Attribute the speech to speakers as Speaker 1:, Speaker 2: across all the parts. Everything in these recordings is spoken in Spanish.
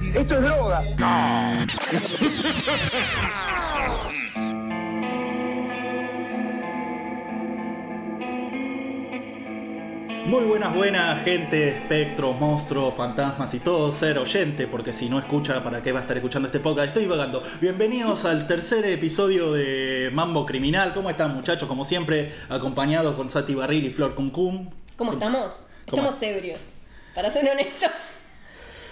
Speaker 1: Esto es droga.
Speaker 2: Muy buenas, buenas, gente, espectros, monstruos, fantasmas y todo ser oyente, porque si no escucha, ¿para qué va a estar escuchando este podcast? Estoy vagando. Bienvenidos al tercer episodio de Mambo Criminal. ¿Cómo están, muchachos? Como siempre, acompañado con Sati Barril y Flor Cuncum.
Speaker 3: ¿Cómo estamos?
Speaker 2: ¿Cómo?
Speaker 3: Estamos ebrios, para ser honestos.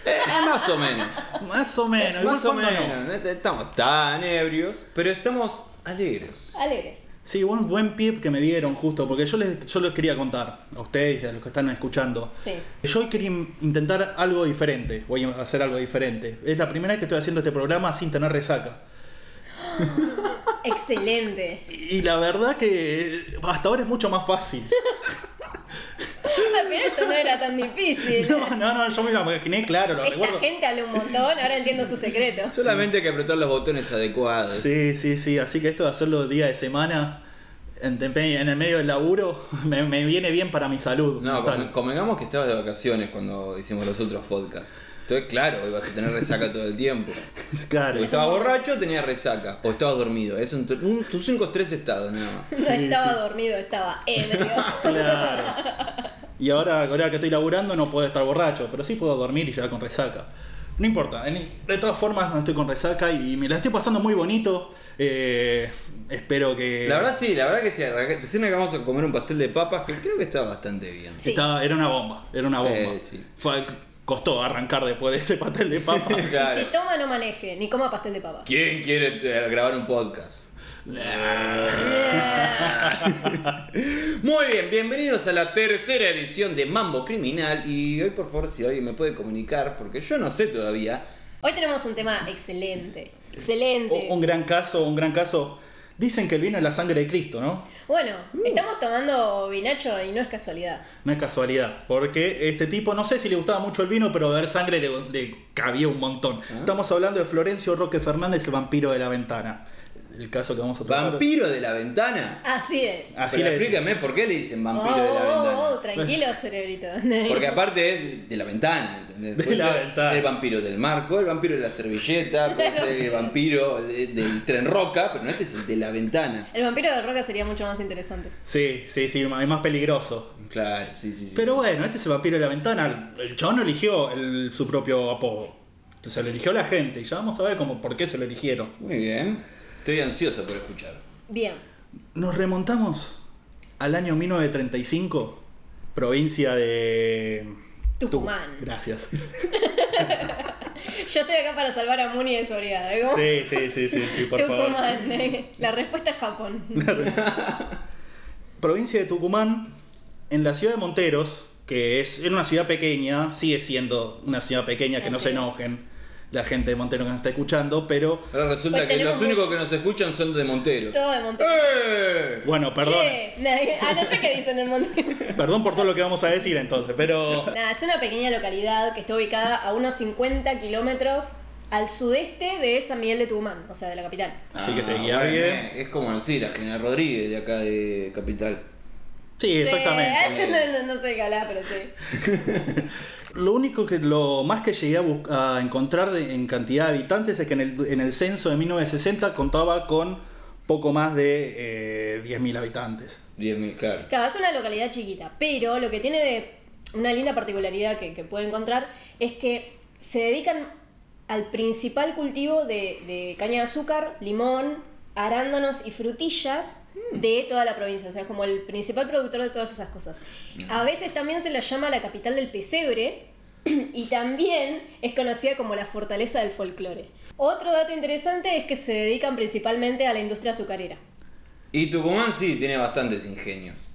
Speaker 4: Eh, más o menos.
Speaker 2: Más o menos, igual
Speaker 4: más o
Speaker 2: cuando no.
Speaker 4: menos. No Estamos tan ebrios, pero estamos alegres.
Speaker 3: Alegres.
Speaker 2: Sí, buen, buen pip que me dieron justo, porque yo les, yo les quería contar a ustedes y a los que están escuchando.
Speaker 3: Sí.
Speaker 2: Yo hoy quería in- intentar algo diferente, voy a hacer algo diferente. Es la primera vez que estoy haciendo este programa sin tener resaca.
Speaker 3: Excelente.
Speaker 2: Y la verdad que eh, hasta ahora es mucho más fácil.
Speaker 3: Al final esto no era tan difícil.
Speaker 2: No, no, no, yo me lo imaginé, claro, lo
Speaker 3: Esta
Speaker 2: recuerdo.
Speaker 3: gente habla un montón, ahora entiendo su secreto.
Speaker 4: Solamente hay que apretar los botones adecuados.
Speaker 2: Sí, sí, sí, así que esto de hacerlo día de semana, en, en el medio del laburo, me, me viene bien para mi salud.
Speaker 4: No,
Speaker 2: mental.
Speaker 4: come- convengamos que estabas de vacaciones cuando hicimos los otros podcasts. Entonces, claro, ibas a tener resaca todo el tiempo.
Speaker 2: claro.
Speaker 4: O estabas borracho, tenías resaca. O estabas dormido. Es un, un- tus cinco o tres estados nada más.
Speaker 3: No
Speaker 2: Sí,
Speaker 3: estaba
Speaker 2: sí.
Speaker 3: dormido, estaba ebrio.
Speaker 2: Claro. Y ahora, ahora que estoy laburando no puedo estar borracho, pero sí puedo dormir y llegar con resaca. No importa, en- de todas formas no estoy con resaca y me la estoy pasando muy bonito. Eh, espero que...
Speaker 4: La verdad sí, la verdad que sí. Arranca- Recién acabamos de comer un pastel de papas que creo que está bastante bien.
Speaker 3: Sí.
Speaker 2: estaba- era una bomba, era una bomba.
Speaker 4: Eh, sí.
Speaker 2: Fue- costó arrancar después de ese pastel de papa.
Speaker 4: Claro.
Speaker 3: Y si toma, no maneje, ni coma pastel de papa.
Speaker 4: ¿Quién quiere eh, grabar un podcast? Muy bien, bienvenidos a la tercera edición de Mambo Criminal y hoy por favor si alguien me puede comunicar, porque yo no sé todavía,
Speaker 3: Hoy tenemos un tema excelente. Excelente.
Speaker 2: Un gran caso, un gran caso. Dicen que el vino es la sangre de Cristo, ¿no?
Speaker 3: Bueno, estamos tomando vinacho y no es casualidad.
Speaker 2: No es casualidad, porque este tipo, no sé si le gustaba mucho el vino, pero ver sangre le, le cabía un montón.
Speaker 4: Ah.
Speaker 2: Estamos hablando de Florencio Roque Fernández, el vampiro de la ventana. El caso que vamos a tratar.
Speaker 4: vampiro de la ventana.
Speaker 3: Así es.
Speaker 2: Así
Speaker 4: Pero
Speaker 2: le decimos.
Speaker 4: explícame por qué le dicen
Speaker 3: Oh,
Speaker 4: vampiro Ah, de la
Speaker 3: oh, oh,
Speaker 4: ventana.
Speaker 3: tranquilo, cerebrito.
Speaker 4: Porque aparte es de la ventana, ¿entendés?
Speaker 2: De
Speaker 4: Puede
Speaker 2: la
Speaker 4: ser
Speaker 2: ventana.
Speaker 4: El vampiro del marco, el vampiro de la servilleta, puede ser el vampiro de- del tren roca, pero no este es el de la ventana.
Speaker 3: El vampiro de roca sería mucho más interesante.
Speaker 2: Sí, sí, sí, es más peligroso.
Speaker 4: Claro, sí, sí, sí.
Speaker 2: Pero bueno, este es el vampiro de la ventana. El chabón no eligió el- su propio apodo. Se lo eligió la gente y ya vamos a ver cómo, por qué se lo eligieron.
Speaker 4: Muy bien. Estoy ansioso por escuchar.
Speaker 3: Bien.
Speaker 2: Nos remontamos al año 1935, provincia de...
Speaker 3: Tucumán.
Speaker 2: Tu- Gracias.
Speaker 3: Yo estoy acá para salvar a Muni de su orillada, ¿eh? ¿Cómo?
Speaker 2: Sí, sí, sí, sí, sí, por favor.
Speaker 3: Tucumán. eh. La respuesta es Japón.
Speaker 2: Provincia de Tucumán, en la ciudad de Monteros, que es era una ciudad pequeña, sigue siendo una ciudad pequeña, que no
Speaker 3: Así
Speaker 2: se
Speaker 3: es.
Speaker 2: enojen la gente de Monteros que nos está escuchando, pero
Speaker 4: Ahora resulta
Speaker 3: Hoy
Speaker 4: que
Speaker 3: Pues tenemos
Speaker 4: los
Speaker 3: mu-
Speaker 4: únicos que nos escuchan son de Montero.
Speaker 3: Todo de Montevideo.
Speaker 4: ¡Eh!
Speaker 2: bueno, perdón,
Speaker 3: Che, nadie- ah, no sé qué dicen en Montevideo.
Speaker 2: perdón por todo lo que vamos a decir entonces, pero
Speaker 3: Nada, es una pequeña localidad que está ubicada a unos 50 kilómetros al sudeste de San Miguel de Tucumán, o sea, de la capital.
Speaker 2: Así que te
Speaker 4: Ah,
Speaker 2: guía
Speaker 4: bueno,
Speaker 2: bien.
Speaker 4: eh, Es como decir a General Rodríguez de acá de Capital.
Speaker 2: sí, exactamente.
Speaker 3: Sí, No, no- no sé qué hablar, pero sí.
Speaker 2: Lo único que lo más que llegué a, bus- a encontrar de- en cantidad de habitantes es que en el, en el censo de 1960 contaba con poco más de eh, 10.000 habitantes.
Speaker 4: 10.000, claro.
Speaker 3: Claro, es una localidad chiquita, pero lo que tiene de una linda particularidad que, que puede encontrar es que se dedican al principal cultivo de, de caña de azúcar, limón, arándanos y frutillas de toda la provincia. O sea, es como el principal productor de todas esas cosas. A veces también se la llama la capital del pesebre y también es conocida como la fortaleza del folclore. Otro dato interesante es que se dedican principalmente a la industria azucarera.
Speaker 4: Y Tucumán sí tiene bastantes ingenios.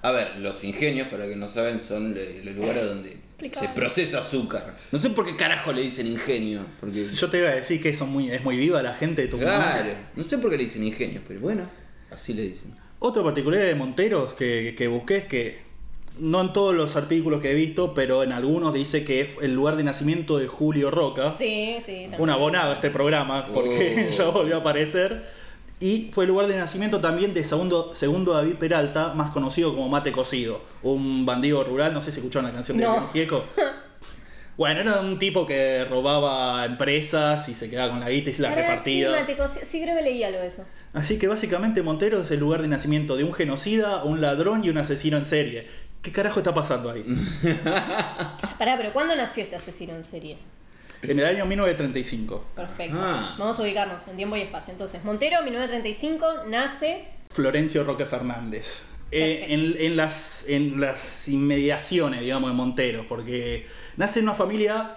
Speaker 4: A ver, los ingenios, para que no saben, son le- los lugares donde se
Speaker 3: Explicado.
Speaker 4: procesa azúcar. No sé por qué carajo le dicen ingenio. Porque,
Speaker 2: Yo te iba a decir que son muy, es muy viva la gente de Tucumán.
Speaker 4: claro, no sé por qué le dicen ingenio, pero bueno, así le dicen.
Speaker 2: Otra particularidad de Monteros que, que busqué es que, no en todos los artículos que he visto, pero en algunos dice que es el lugar de nacimiento de Julio Roca.
Speaker 3: Sí, sí. también.
Speaker 2: Un abonado a este programa, porque
Speaker 4: Oh.
Speaker 2: ya volvió a aparecer. Y fue el lugar de nacimiento también de segundo, segundo David Peralta, más conocido como Mate Cocido, un bandido rural, no sé si escucharon la canción de
Speaker 3: No.
Speaker 2: Gieco. Bueno, era un tipo que robaba empresas y se quedaba con la guita y se las
Speaker 3: Pará,
Speaker 2: repartía.
Speaker 3: Sí, Mateco, sí, sí, creo que leí algo de eso.
Speaker 2: Así que básicamente Montero es el lugar de nacimiento de un genocida, un ladrón y un asesino en serie. ¿Qué carajo está pasando ahí?
Speaker 3: Pará, pero ¿cuándo nació este asesino en serie?
Speaker 2: En el año 1935.
Speaker 3: Perfecto.
Speaker 4: Ah.
Speaker 3: Vamos a ubicarnos en tiempo y espacio. Entonces, Montero, 1935, nace.
Speaker 2: Florencio Roque Fernández. Eh, en,
Speaker 3: Perfecto.
Speaker 2: en las, en las inmediaciones, digamos, de Montero, porque nace en una familia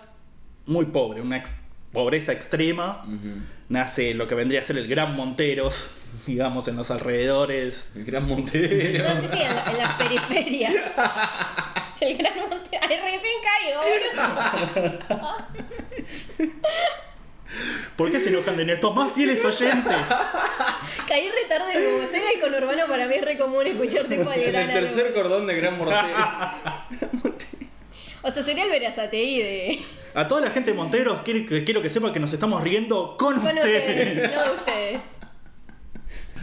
Speaker 2: muy pobre, una ex- pobreza extrema.
Speaker 4: Mm.
Speaker 2: Nace lo que vendría a ser el Gran Monteros, digamos, en los alrededores.
Speaker 4: El gran Montero.
Speaker 3: No, sí, sí, en, la- en las periferias. El gran Montero. Ay, recién cayó. boludo.
Speaker 2: ¿Por qué se enojan de nuestros más fieles oyentes?
Speaker 3: Caí re tarde, como soy del conurbano, para mí es re común escucharte cuál
Speaker 4: En
Speaker 3: era.
Speaker 4: el tercer cordón de Gran Montero.
Speaker 3: O sea, sería el Verazateí de.
Speaker 2: A toda la gente de Monteros quiero que, quiero que sepa que nos estamos riendo con,
Speaker 3: Con
Speaker 2: ustedes.
Speaker 3: ustedes, no de ustedes.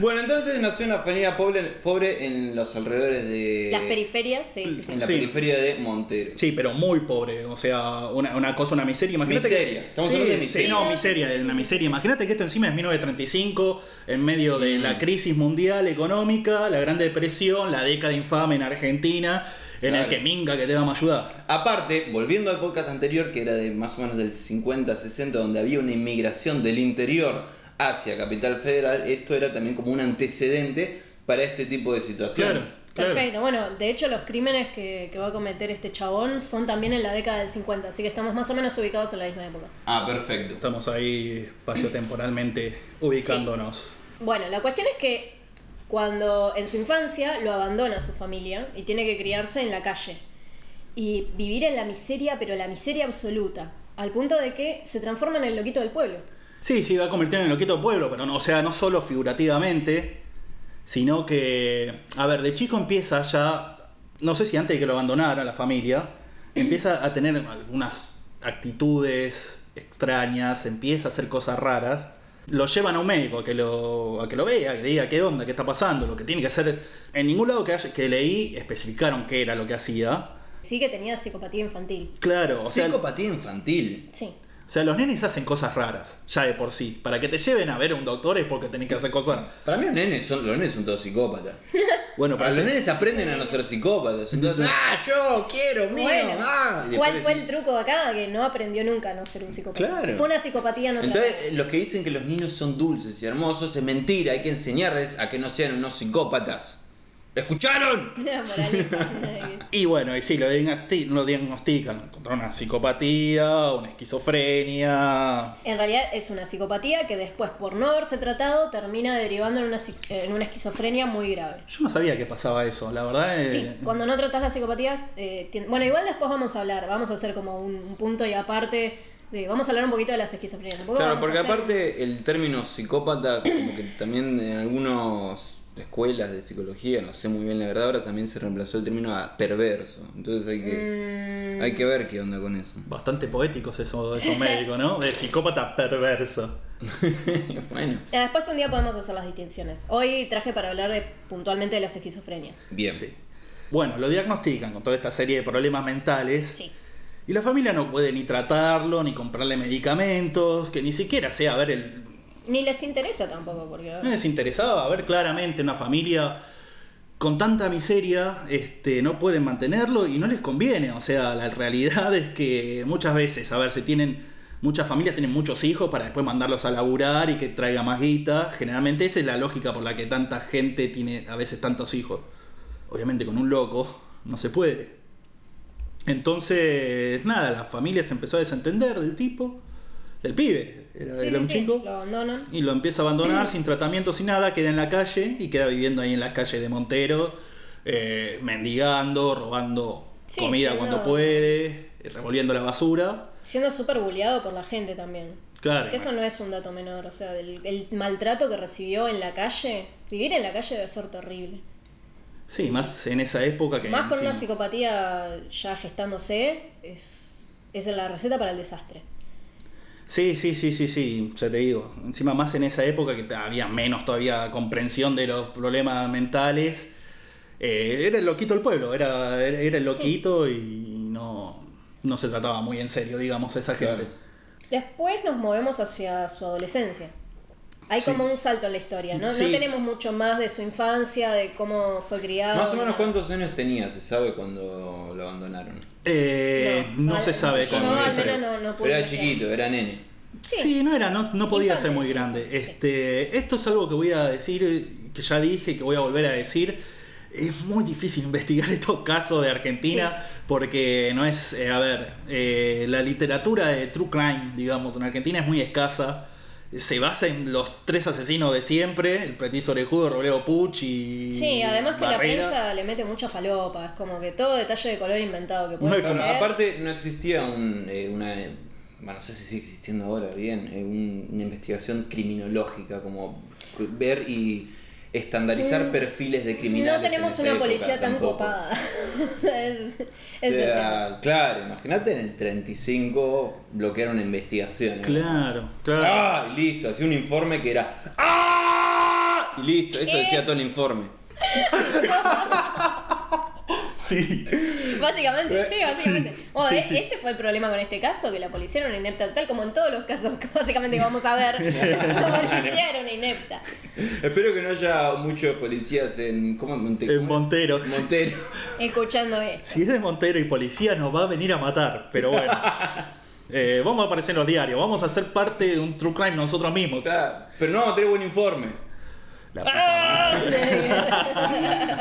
Speaker 4: Bueno, entonces nació una familia pobre, pobre en los alrededores de.
Speaker 3: Las periferias, sí, sí, sí.
Speaker 4: En la
Speaker 2: Sí.
Speaker 4: periferia de Montero.
Speaker 2: Sí, pero muy pobre, o sea, una, una cosa, una miseria. Imagínate que-
Speaker 4: Miseria, estamos
Speaker 2: Sí,
Speaker 4: hablando de miseria.
Speaker 2: sí, no, miseria, de una miseria. Imagínate que esto encima es 1935, en medio de
Speaker 4: Mm.
Speaker 2: la crisis mundial económica, la Gran Depresión, la década infame en Argentina, en el
Speaker 4: Claro.
Speaker 2: que Minga que te vamos a ayudar.
Speaker 4: Aparte, volviendo al podcast anterior, que era de más o menos del 50, 60, donde había una inmigración del interior hacia Capital Federal, esto era también como un antecedente para este tipo de situaciones.
Speaker 2: Claro, claro.
Speaker 3: Perfecto, bueno, de hecho los crímenes que, que va a cometer este chabón son también en la década del 50, así que estamos más o menos ubicados en la misma época.
Speaker 4: Ah, perfecto.
Speaker 2: Estamos ahí espaciotemporalmente ubicándonos.
Speaker 3: Bueno, la cuestión es que cuando en su infancia lo abandona su familia y tiene que criarse en la calle y vivir en la miseria, pero la miseria absoluta, al punto de que se transforma en el loquito del pueblo.
Speaker 2: Sí, sí, va a convertir en el loquito pueblo, pero no, o sea, no solo figurativamente, sino que, a ver, de chico empieza ya, no sé si antes de que lo abandonara la familia, empieza a tener algunas actitudes extrañas, empieza a hacer cosas raras. Lo llevan a un médico a que lo, a que lo vea, que le diga qué onda, qué está pasando, lo que tiene que hacer. En ningún lado que, haya- que leí especificaron qué era lo que hacía.
Speaker 3: Sí que tenía psicopatía infantil.
Speaker 2: Claro, o sea,
Speaker 4: Psicopatía infantil.
Speaker 3: Sí.
Speaker 2: o sea, los nenes hacen cosas raras, ya de por sí. Para que te lleven a ver a un doctor es porque tenés que hacer cosas
Speaker 4: Para mí los nenes son, los nenes son todos psicópatas.
Speaker 2: Bueno,
Speaker 4: Para
Speaker 2: para
Speaker 4: los nenes aprenden a no ser psicópatas. Entonces, ah, yo quiero, mío,
Speaker 3: Bueno,
Speaker 4: ah. Y
Speaker 3: ¿cuál
Speaker 4: después
Speaker 3: fue
Speaker 4: dicen-
Speaker 3: el truco acá? Que no aprendió nunca a no ser un psicópata.
Speaker 4: Claro.
Speaker 3: Fue una psicopatía no tratada.
Speaker 4: Entonces, eh, los que dicen que los niños son dulces y hermosos es mentira. Hay que enseñarles a que no sean unos psicópatas. ¿Escucharon?
Speaker 3: Moraleja.
Speaker 2: Y bueno, y sí, lo, diagnosti- lo diagnostican contra una psicopatía, una esquizofrenia.
Speaker 3: En realidad es una psicopatía que después, por no haberse tratado, termina derivando en una, psi- en una esquizofrenia muy grave.
Speaker 2: Yo no sabía que pasaba eso, la verdad. eh,
Speaker 3: Sí, cuando no tratas las psicopatías, eh, tien- bueno, igual después vamos a hablar, vamos a hacer como un, un punto y aparte, de, vamos a hablar un poquito de las esquizofrenías. Tampoco
Speaker 4: Claro,
Speaker 3: vamos a
Speaker 4: porque
Speaker 3: hacer-
Speaker 4: aparte el término psicópata, como que también en algunas escuelas de psicología, no sé muy bien la verdad, ahora también se reemplazó el término a perverso. Entonces hay
Speaker 3: mm,
Speaker 4: que, hay que ver qué onda con eso.
Speaker 2: Bastante poéticos esos, esos médicos, ¿no? De psicópata perverso.
Speaker 4: bueno,
Speaker 3: Eh, Después un día podemos hacer las distinciones. Hoy traje para hablar de, puntualmente de las esquizofrenias.
Speaker 4: bien.
Speaker 2: Sí. Bueno, lo diagnostican con toda esta serie de problemas mentales.
Speaker 3: Sí.
Speaker 2: Y la familia no puede ni tratarlo, ni comprarle medicamentos, que ni siquiera sea, a ver, el,
Speaker 3: Ni les interesa tampoco, porque...
Speaker 4: Eh,
Speaker 2: No les interesaba ver claramente una familia con tanta miseria, este, no pueden mantenerlo y no les conviene. O sea, la realidad es que muchas veces, a ver, se tienen muchas familias tienen muchos hijos para después mandarlos a laburar y que traiga más guita. Generalmente esa es la lógica por la que tanta gente tiene a veces tantos hijos. Obviamente con un loco no se puede. Entonces, nada, la familia se empezó a desentender del tipo, del pibe. Era,
Speaker 3: Sí,
Speaker 2: era
Speaker 3: sí,
Speaker 2: un
Speaker 3: sí,
Speaker 2: chico.
Speaker 3: lo abandonan.
Speaker 2: Y lo empieza a abandonar sin tratamiento, sin nada, queda en la calle y queda viviendo ahí en la calle de Montero, eh, mendigando, robando
Speaker 3: Sí,
Speaker 2: comida
Speaker 3: sí,
Speaker 2: cuando
Speaker 3: no.
Speaker 2: puede, revolviendo la basura.
Speaker 3: Siendo súper bulleado por la gente también.
Speaker 2: Claro.
Speaker 3: Que eso no es un dato menor, o sea, del- el maltrato que recibió en la calle, vivir en la calle debe ser terrible.
Speaker 2: Sí, más en esa época que...
Speaker 3: Más con una
Speaker 2: encima-
Speaker 3: psicopatía ya gestándose, es, es la receta para el desastre.
Speaker 2: Sí, sí, sí, sí, sí, ya te digo. Encima más en esa época que había menos todavía comprensión de los problemas mentales. Eh, era el loquito el pueblo, era, era, era el loquito y no, no se trataba muy en serio, digamos, a esa gente.
Speaker 4: Claro.
Speaker 3: Después nos movemos hacia su adolescencia. Hay
Speaker 2: Sí.
Speaker 3: como un salto en la historia, ¿no?
Speaker 2: Sí.
Speaker 3: No tenemos mucho más de su infancia, de cómo fue criado.
Speaker 4: Más o menos
Speaker 3: cuánto
Speaker 4: cuántos años tenía, se sabe cuando lo abandonaron.
Speaker 2: Eh, no,
Speaker 3: al-
Speaker 2: se sabe
Speaker 3: yo
Speaker 2: cómo
Speaker 3: al
Speaker 2: es.
Speaker 3: menos no- no pude
Speaker 4: Pero era
Speaker 3: investigar.
Speaker 4: chiquito, era nene.
Speaker 2: Sí, no era, no, no podía
Speaker 3: Infante.
Speaker 2: ser muy grande. Este, esto es algo que voy a decir, eh, que ya dije, que voy a volver a decir. Es muy difícil investigar estos casos de Argentina porque no es, eh, a ver, eh, la literatura de True Crime, digamos, en Argentina es muy escasa. Se basa en los tres asesinos de siempre, el petiso orejudo, Robledo Puch y...
Speaker 3: Sí, además que
Speaker 2: Barrera.
Speaker 3: la prensa le mete mucha falopa, es como que todo detalle de color inventado que
Speaker 2: No
Speaker 3: puede
Speaker 2: es como-
Speaker 4: Claro,
Speaker 3: tener.
Speaker 4: aparte no existía un, eh, una, bueno, no sé si sigue existiendo ahora bien, eh, un- una investigación criminológica, como ver y estandarizar perfiles de criminales.
Speaker 3: Mm. no
Speaker 4: en
Speaker 3: tenemos
Speaker 4: esa
Speaker 3: una
Speaker 4: época
Speaker 3: policía tan
Speaker 4: tampoco.
Speaker 3: copada. es es el tema.
Speaker 4: Era- claro, imagínate en el 35 bloquear una investigación. ¿eh?
Speaker 2: Claro, claro.
Speaker 4: ¡Ah! Y listo, hacía un informe que era ¡Ah! Y listo, eso
Speaker 3: ¿Qué?
Speaker 4: decía todo el informe.
Speaker 2: Sí.
Speaker 3: Básicamente, sí, básicamente.
Speaker 2: sí,
Speaker 3: Bueno,
Speaker 2: sí,
Speaker 3: e-
Speaker 2: sí.
Speaker 3: Ese fue el problema con este caso, que la policía era una inepta, tal como en todos los casos que básicamente vamos a ver. La policía era una inepta.
Speaker 4: Espero que no haya muchos policías en. ¿Cómo? En Monte-
Speaker 2: En Montero.
Speaker 4: Montero.
Speaker 3: Escuchando esto.
Speaker 2: Si es de Montero y policía nos va a venir a matar, pero bueno. Eh, vamos a aparecer en los diarios, vamos a ser parte de un true crime nosotros mismos.
Speaker 4: Claro, Pero no, tenés buen informe.
Speaker 2: La puta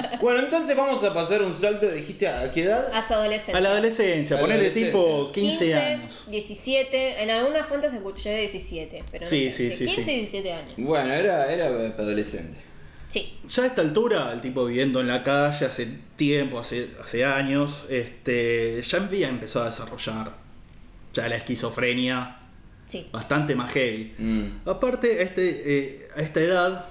Speaker 2: madre.
Speaker 4: Bueno, entonces vamos a pasar un salto. Dijiste a qué edad?
Speaker 3: A su adolescencia.
Speaker 2: A la adolescencia,
Speaker 4: A la
Speaker 2: ponerle
Speaker 4: adolescencia.
Speaker 2: tipo 15, años.
Speaker 3: 17, en algunas fuentes escuché 17, pero no
Speaker 2: Sí,
Speaker 3: sé,
Speaker 2: sí, sí,
Speaker 3: 15
Speaker 2: sí.
Speaker 3: y 17 años.
Speaker 4: Bueno, era, era adolescente.
Speaker 3: Sí.
Speaker 2: Ya a esta altura, el tipo viviendo en la calle hace tiempo, hace, hace años, este, ya había empezado a desarrollar ya la esquizofrenia
Speaker 3: Sí.
Speaker 2: bastante más heavy.
Speaker 4: Mm.
Speaker 2: Aparte, a, este, eh, a esta edad,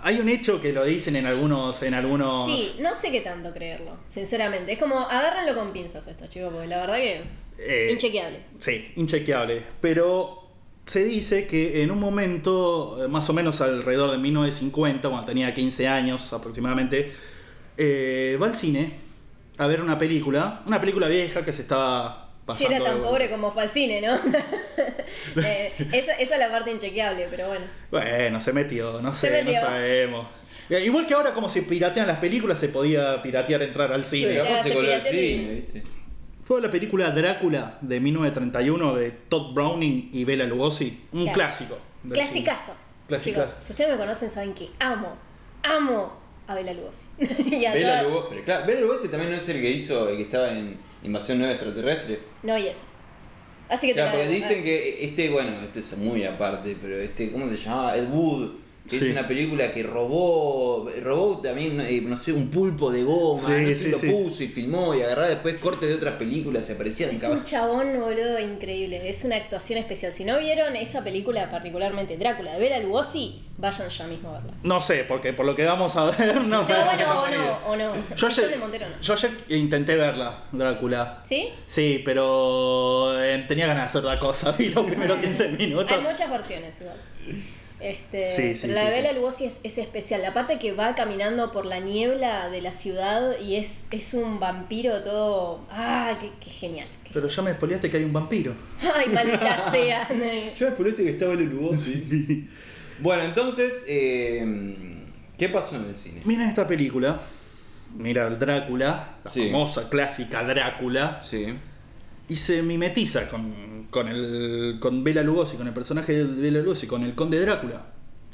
Speaker 2: hay un hecho que lo dicen en algunos, en algunos
Speaker 3: Sí, no sé qué tanto creerlo, sinceramente. Es como, agárrenlo con pinzas esto, chicos, porque la verdad que.
Speaker 2: Eh,
Speaker 3: Inchequeable.
Speaker 2: Sí, inchequeable. Pero se dice que en un momento, eh, más o menos alrededor de 1950, cuando tenía 15 años aproximadamente, eh, va al cine a ver una película, una película vieja que se estaba
Speaker 3: Si
Speaker 2: pasando.
Speaker 3: era tan
Speaker 2: de-
Speaker 3: pobre como fue al cine, ¿no? Eh, esa, esa es la parte inchequeable, pero bueno.
Speaker 2: Bueno, se metió, no sé,
Speaker 3: Se metió.
Speaker 2: no sabemos. Eh, Igual que ahora, como se piratean las películas, se podía piratear entrar al
Speaker 4: Sí,
Speaker 2: cine.
Speaker 4: capaz
Speaker 3: Era
Speaker 4: se coló el
Speaker 3: secretario.
Speaker 4: cine, ¿viste?
Speaker 2: Fue la película Drácula de 1931 de Todd Browning y Bela Lugosi, un
Speaker 3: Claro.
Speaker 2: clásico. del
Speaker 3: Clasicazo.
Speaker 2: Clasicazo.
Speaker 3: Chicos, si ustedes me conocen, saben que amo, amo a Bela Lugosi. y a
Speaker 4: Bela
Speaker 3: toda-
Speaker 4: Lugosi, pero claro, Bela Lugosi también no es el que hizo, el que estaba en Invasión Nueva Extraterrestre.
Speaker 3: No, y esa. Así que te
Speaker 4: Claro,
Speaker 3: la
Speaker 4: porque
Speaker 3: debo,
Speaker 4: dicen
Speaker 3: eh.
Speaker 4: que este, bueno, este es muy aparte, pero este, ¿cómo se llamaba? Ed Wood. Que
Speaker 2: Sí.
Speaker 4: hizo una película que robó, robó también, eh, no sé, un pulpo de goma,
Speaker 2: Sí,
Speaker 4: no sé,
Speaker 2: sí,
Speaker 4: lo
Speaker 2: sí.
Speaker 4: puso y filmó y agarraba después cortes de otras películas y aparecían
Speaker 3: Es
Speaker 4: caballos.
Speaker 3: un chabón, boludo, increíble. Es una actuación especial. Si no vieron esa película, particularmente Drácula de Bela Lugosi, vayan ya mismo a verla.
Speaker 2: No sé, porque por lo que vamos a ver, no sé.
Speaker 3: No, bueno, o no, o no.
Speaker 2: Yo
Speaker 3: Si son
Speaker 2: ayer,
Speaker 3: de Montero, no.
Speaker 2: yo ayer intenté verla, Drácula.
Speaker 3: ¿Sí?
Speaker 2: Sí, pero eh, tenía ganas de hacer la cosa, vi los primeros 15
Speaker 3: Hay
Speaker 2: minutos.
Speaker 3: muchas versiones igual. Este,
Speaker 2: Sí, sí,
Speaker 3: pero la
Speaker 2: sí,
Speaker 3: de Bela
Speaker 2: sí.
Speaker 3: Lugosi es, es especial. La parte que va caminando por la niebla de la ciudad y es, es un vampiro todo. ¡Ah! ¡Qué, qué genial!
Speaker 2: Pero ya me espoleaste que hay un vampiro.
Speaker 3: ¡Ay, maldita sea!
Speaker 4: Yo me esperaste que estaba el Lugosi. bueno, entonces, eh, ¿qué pasó en el cine?
Speaker 2: Mira esta película. Mira el Drácula, la
Speaker 4: Sí.
Speaker 2: famosa clásica Drácula.
Speaker 4: Sí.
Speaker 2: Y se mimetiza con, con el. con Bela Lugosi, con el personaje de Bela Lugosi, con el conde Drácula.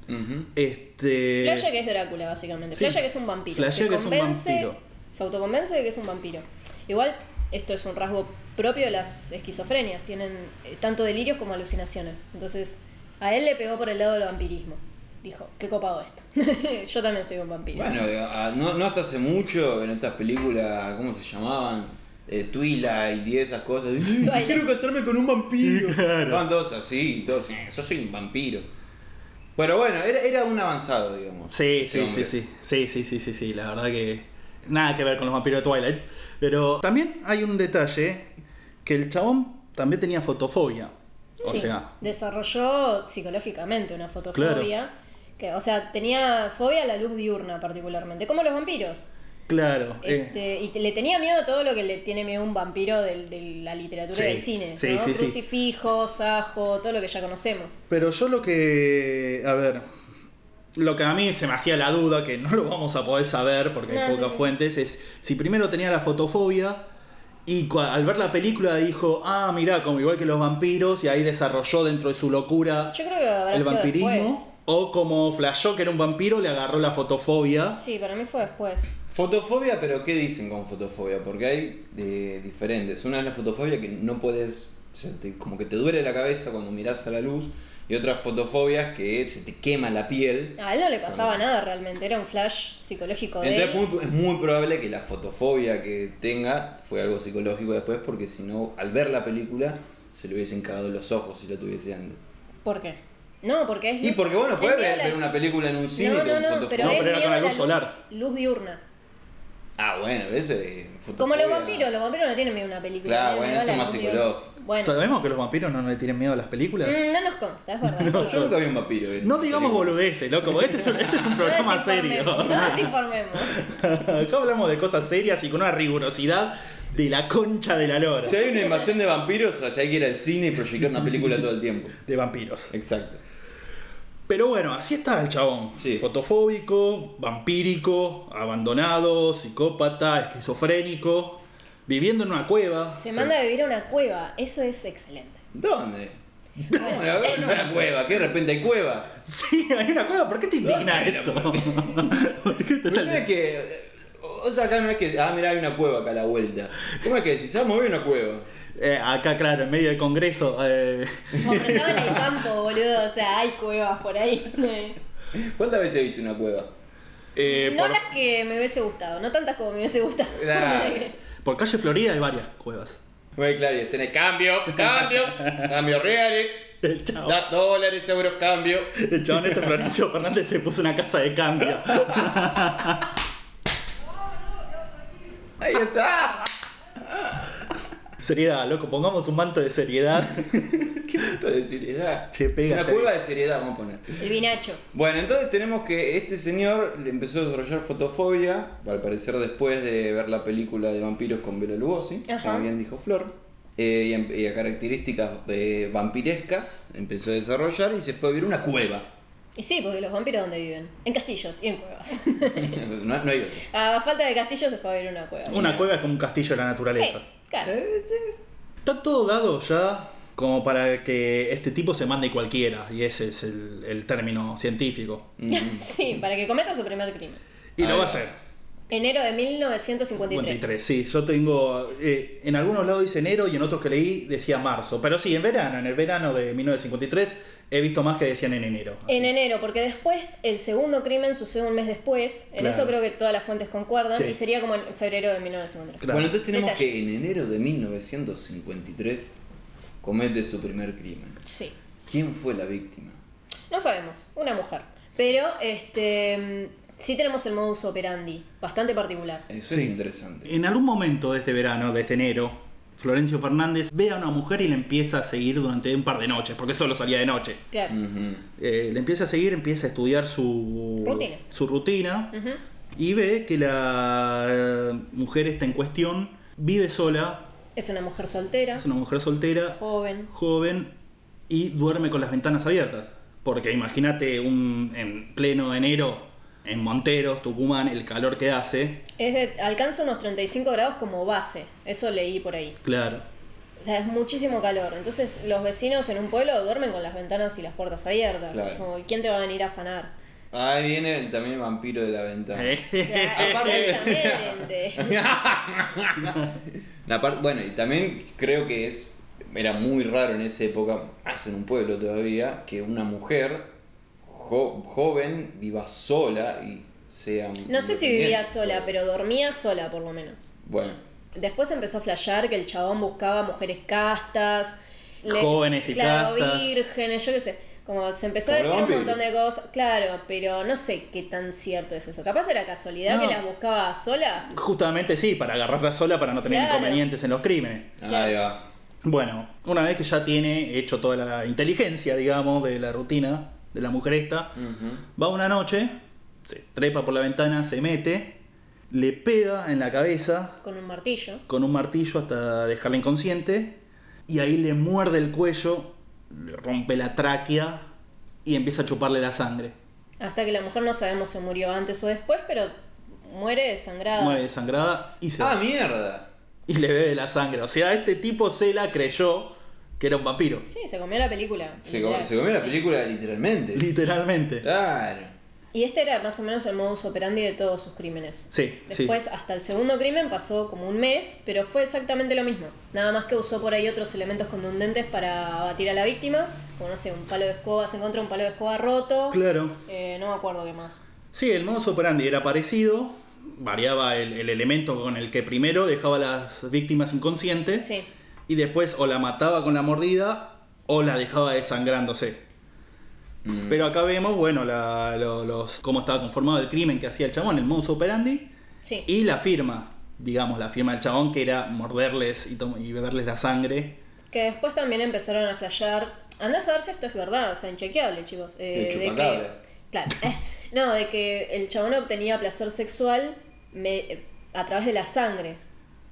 Speaker 4: Ujú.
Speaker 2: Este.
Speaker 3: Playa que es Drácula, básicamente.
Speaker 2: sí.
Speaker 3: Playa que es un vampiro.
Speaker 2: Flashea
Speaker 3: se
Speaker 2: que es un
Speaker 3: convence-
Speaker 2: vampiro.
Speaker 3: Se autoconvence de que es un vampiro. Igual, esto es un rasgo propio de las esquizofrenias. Tienen eh, tanto delirios como alucinaciones. Entonces, a él le pegó por el lado del vampirismo. Dijo, qué copado esto. Yo también soy un vampiro.
Speaker 4: Bueno, a- a- no, no hasta hace mucho en estas películas, ¿cómo se llamaban? Eh, Twilight y esas cosas. "Ay, yo
Speaker 3: Twilight.
Speaker 4: quiero casarme con un vampiro.
Speaker 2: Claro.
Speaker 4: Estaban todos así, y todos, "Eh, yo soy un vampiro. Pero bueno, era, era un avanzado, digamos.
Speaker 2: Sí,
Speaker 4: Ese
Speaker 2: sí, sí,
Speaker 4: hombre.
Speaker 2: sí, sí, sí, sí, sí, sí, la verdad que nada que ver con los vampiros de Twilight. Pero también hay un detalle que el chabón también tenía fotofobia. O
Speaker 3: Sí,
Speaker 2: sea,
Speaker 3: desarrolló psicológicamente una fotofobia. Que, o sea, tenía fobia a la luz diurna particularmente, como los vampiros.
Speaker 2: Claro. eh,
Speaker 3: Este, y te- le tenía miedo a todo lo que le tiene miedo un vampiro del- de, la literatura
Speaker 2: Sí,
Speaker 3: y del cine.
Speaker 2: sí,
Speaker 3: ¿no?
Speaker 2: sí, sí.
Speaker 3: Crucifijo, sajo, todo lo que ya conocemos.
Speaker 2: Pero yo lo que. A ver. Lo que a mí se me hacía la duda, que no lo vamos a poder saber porque hay
Speaker 3: No, sí,
Speaker 2: pocas
Speaker 3: sí.
Speaker 2: fuentes, es si primero tenía la fotofobia y cua- al ver la película dijo, ah, mirá, como igual que los vampiros, y ahí desarrolló dentro de su locura
Speaker 3: Yo creo que habrá
Speaker 2: el
Speaker 3: sido
Speaker 2: vampirismo.
Speaker 3: después.
Speaker 2: O como flashó que era un vampiro, le agarró la fotofobia.
Speaker 3: Sí, para mí fue después.
Speaker 4: Fotofobia, pero ¿qué dicen con fotofobia? Porque hay eh, diferentes. Una es la fotofobia que no puedes, o sea, te- como que te duele la cabeza cuando mirás a la luz, y otras fotofobias que se te quema la piel.
Speaker 3: A él no le pasaba nada realmente, era un flash psicológico de
Speaker 4: Entonces
Speaker 3: él.
Speaker 4: muy- es muy probable que la fotofobia que tenga fue algo psicológico después, porque si no, al ver la película, se le hubiesen cagado los ojos si lo tuviese antes.
Speaker 3: ¿Por qué? No, porque es
Speaker 4: Y
Speaker 3: luz-
Speaker 4: porque bueno,
Speaker 3: es
Speaker 4: puedes
Speaker 3: miedo a
Speaker 4: ver,
Speaker 3: la-
Speaker 4: ver una película en un cine
Speaker 3: No, no,
Speaker 4: con
Speaker 3: no, pero,
Speaker 4: fotofobia.
Speaker 3: es
Speaker 2: pero era
Speaker 3: miedo
Speaker 2: con la
Speaker 3: a la
Speaker 2: luz solar.
Speaker 3: Luz diurna.
Speaker 4: Ah, bueno, ese es fotofobia.
Speaker 3: Como los vampiros, los vampiros no tienen miedo a una película.
Speaker 4: Claro,
Speaker 3: tienen
Speaker 4: bueno,
Speaker 3: miedo a
Speaker 4: eso
Speaker 3: la
Speaker 4: es
Speaker 3: luz
Speaker 4: más
Speaker 3: diurna.
Speaker 4: psicológico.
Speaker 3: Bueno,
Speaker 2: ¿Sabemos que los vampiros no le tienen miedo a las películas?
Speaker 3: mm, no nos consta, es verdad.
Speaker 4: Yo nunca vi un vampiro. en
Speaker 2: No
Speaker 4: una
Speaker 2: digamos
Speaker 4: película.
Speaker 2: boludeces, loco. Este es un, este es un
Speaker 3: No
Speaker 2: programa serio.
Speaker 3: desinformemos, No desinformemos.
Speaker 2: Acá hablamos de cosas serias y con una rigurosidad de la concha de la lora.
Speaker 4: Si hay una invasión de vampiros, allá hay que ir al cine y proyectar una película todo el tiempo.
Speaker 2: De vampiros.
Speaker 4: Exacto.
Speaker 2: Pero bueno, así está el chabón.
Speaker 4: Sí.
Speaker 2: Fotofóbico, vampírico, abandonado, psicópata, esquizofrénico, viviendo en una cueva.
Speaker 3: Se manda a vivir a una cueva, eso es excelente.
Speaker 4: ¿Dónde? ¿Dónde? A ver, no una cueva, que de repente hay cueva.
Speaker 2: Sí, hay una cueva. ¿Por qué te indigna esto? ¿Por qué te
Speaker 4: Pero no
Speaker 2: sale?
Speaker 4: es que. O sea, acá no es que. Ah, mirá, hay una cueva acá a la vuelta. ¿Cómo es que decís? Ah, me voy a una cueva.
Speaker 2: Eh, acá, claro, en medio del congreso. eh,
Speaker 3: Como estaba en el campo, boludo, o sea, hay cuevas por ahí.
Speaker 4: ¿Cuántas veces viste una cueva?
Speaker 2: eh,
Speaker 3: no
Speaker 2: por,
Speaker 3: las que me hubiese gustado, no tantas como me hubiese gustado.
Speaker 4: Claro.
Speaker 2: por calle Florida hay varias cuevas.
Speaker 4: Muy claro, y está en el cambio, cambio, cambio reales,
Speaker 2: El chabón,
Speaker 4: da- dólares, euros, cambio.
Speaker 2: el chabón este Florencio Fernández se puso una casa de cambio.
Speaker 4: Ahí está.
Speaker 2: Seriedad, loco, pongamos un manto de seriedad.
Speaker 4: Qué puto de seriedad.
Speaker 2: Che, pega,
Speaker 4: una
Speaker 2: está
Speaker 4: cueva de seriedad, vamos a poner.
Speaker 3: El vinacho.
Speaker 4: Bueno, entonces tenemos que este señor le empezó a desarrollar fotofobia, al parecer después de ver la película de vampiros con Bela Lugosi,
Speaker 3: Ajá.
Speaker 4: como bien dijo Flor, eh, y, em- y a características eh, vampirescas empezó a desarrollar y se fue a vivir a una cueva.
Speaker 3: Y sí, porque los vampiros ¿dónde viven? En castillos y en cuevas.
Speaker 4: no, no hay otra.
Speaker 3: A falta de castillos se puede ver una cueva.
Speaker 2: Una cueva es como un castillo de la naturaleza.
Speaker 3: Sí, claro.
Speaker 4: Eh, sí.
Speaker 2: Está todo dado ya como para que este tipo se mande cualquiera, y ese es el, el término científico.
Speaker 3: Sí, para que cometa su primer crimen.
Speaker 2: Y
Speaker 4: Ahí
Speaker 2: lo va a
Speaker 4: va.
Speaker 2: hacer.
Speaker 3: Enero de 1953.
Speaker 2: Sí, yo tengo. eh, en algunos lados dice enero y en otros que leí decía marzo. Pero sí, en verano, en el verano de 1953, he visto más que decían en enero.
Speaker 3: En enero, porque después el segundo crimen sucede un mes después. En
Speaker 2: Claro.
Speaker 3: eso creo que todas las fuentes concuerdan.
Speaker 2: Sí.
Speaker 3: Y sería como en febrero de 1953.
Speaker 2: Claro.
Speaker 4: Bueno, entonces tenemos
Speaker 3: Detalle.
Speaker 4: que en enero de 1953 comete su primer crimen.
Speaker 3: Sí.
Speaker 4: ¿Quién fue la víctima?
Speaker 3: No sabemos, una mujer. Pero este sí tenemos el modus operandi, bastante particular.
Speaker 4: Eso es interesante.
Speaker 2: En algún momento de este verano, de este enero, Florencio Fernández ve a una mujer y le empieza a seguir durante un par de noches, porque solo salía de noche.
Speaker 3: Claro.
Speaker 4: Ujú.
Speaker 2: Eh, le empieza a seguir, empieza a estudiar su
Speaker 3: Rutina. Mm.
Speaker 2: Su rutina
Speaker 3: Ujú.
Speaker 2: Y ve que la eh, mujer esta en cuestión vive sola,
Speaker 3: Es una mujer soltera,
Speaker 2: es una mujer soltera,
Speaker 3: joven.
Speaker 2: joven y duerme con las ventanas abiertas. Porque imagínate un en pleno enero en Monteros, Tucumán, el calor que hace.
Speaker 3: Es de- alcanza unos 35 grados como base. Eso leí por ahí.
Speaker 2: Claro.
Speaker 3: O sea, es muchísimo calor. Entonces, los vecinos en un pueblo duermen con las ventanas y las puertas abiertas.
Speaker 4: Claro.
Speaker 3: Como, ¿quién te va a venir a afanar?
Speaker 4: Ahí viene el también vampiro de la ventana.
Speaker 2: eh,
Speaker 3: Claro, exactamente.
Speaker 4: La par- bueno, y también creo que es. Era muy raro en esa época, más en un pueblo todavía, que una mujer jo- joven viva sola y sea.
Speaker 3: No sé si vivía
Speaker 4: independiente.
Speaker 3: sola, pero dormía sola por lo menos.
Speaker 4: Bueno,
Speaker 3: Después empezó a flashear que el chabón buscaba mujeres castas, les-
Speaker 2: Jóvenes y
Speaker 3: claro,
Speaker 2: castas.
Speaker 3: vírgenes, yo qué sé. Como se empezó a
Speaker 4: Como
Speaker 3: decir un
Speaker 4: vampiro.
Speaker 3: montón de cosas, claro, pero no sé qué tan cierto es eso. Capaz era casualidad
Speaker 2: No.
Speaker 3: que las buscaba sola.
Speaker 2: Justamente sí, para agarrarla sola para no tener
Speaker 3: Claro.
Speaker 2: inconvenientes en los crímenes.
Speaker 4: ahí va.
Speaker 2: Bueno, una vez que ya tiene hecho toda la inteligencia, digamos, de la rutina de la mujer esta,
Speaker 4: Ujú.
Speaker 2: va una noche, se trepa por la ventana, se mete, le pega en la cabeza
Speaker 3: Con un martillo.
Speaker 2: con un martillo hasta dejarla inconsciente y ahí le muerde el cuello, le rompe la tráquea y empieza a chuparle la sangre.
Speaker 3: Hasta que la mujer no sabemos si murió antes o después, pero muere desangrada.
Speaker 2: Muere desangrada y se va.
Speaker 4: ¡Ah, mierda!
Speaker 2: y le bebe la sangre. O sea, este tipo se la creyó que era un vampiro.
Speaker 3: Sí, se comió la película.
Speaker 4: Se, com-
Speaker 3: literal.
Speaker 4: se comió la
Speaker 3: Sí.
Speaker 4: película literalmente.
Speaker 2: Literalmente.
Speaker 4: Claro.
Speaker 3: Y este era más o menos el modus operandi de todos sus crímenes.
Speaker 2: Sí,
Speaker 3: Después,
Speaker 2: sí.
Speaker 3: hasta el segundo crimen pasó como un mes, pero fue exactamente lo mismo. Nada más que usó por ahí otros elementos contundentes para abatir a la víctima. Como no sé, un palo de escoba, se encontró un palo de escoba roto.
Speaker 2: Claro.
Speaker 3: Eh, no me acuerdo qué más.
Speaker 2: Sí, el modus operandi era parecido. Variaba el, el elemento con el que primero dejaba a las víctimas inconscientes.
Speaker 3: Sí.
Speaker 2: Y después o la mataba con la mordida o la dejaba desangrándose. Pero acá vemos, bueno, la- lo- los, cómo estaba conformado el crimen que hacía el chabón, el modus operandi.
Speaker 3: Sí.
Speaker 2: Y la firma, digamos, la firma del chabón que era morderles y, tom- y beberles la sangre.
Speaker 3: Que después también empezaron a flashear. Andá a saber si esto es verdad, o sea, inchequeable, chicos. Eh,
Speaker 4: El
Speaker 3: de que,
Speaker 4: chupacabra.
Speaker 3: claro. eh, no, de que el chabón obtenía placer sexual me- eh, a través de la sangre.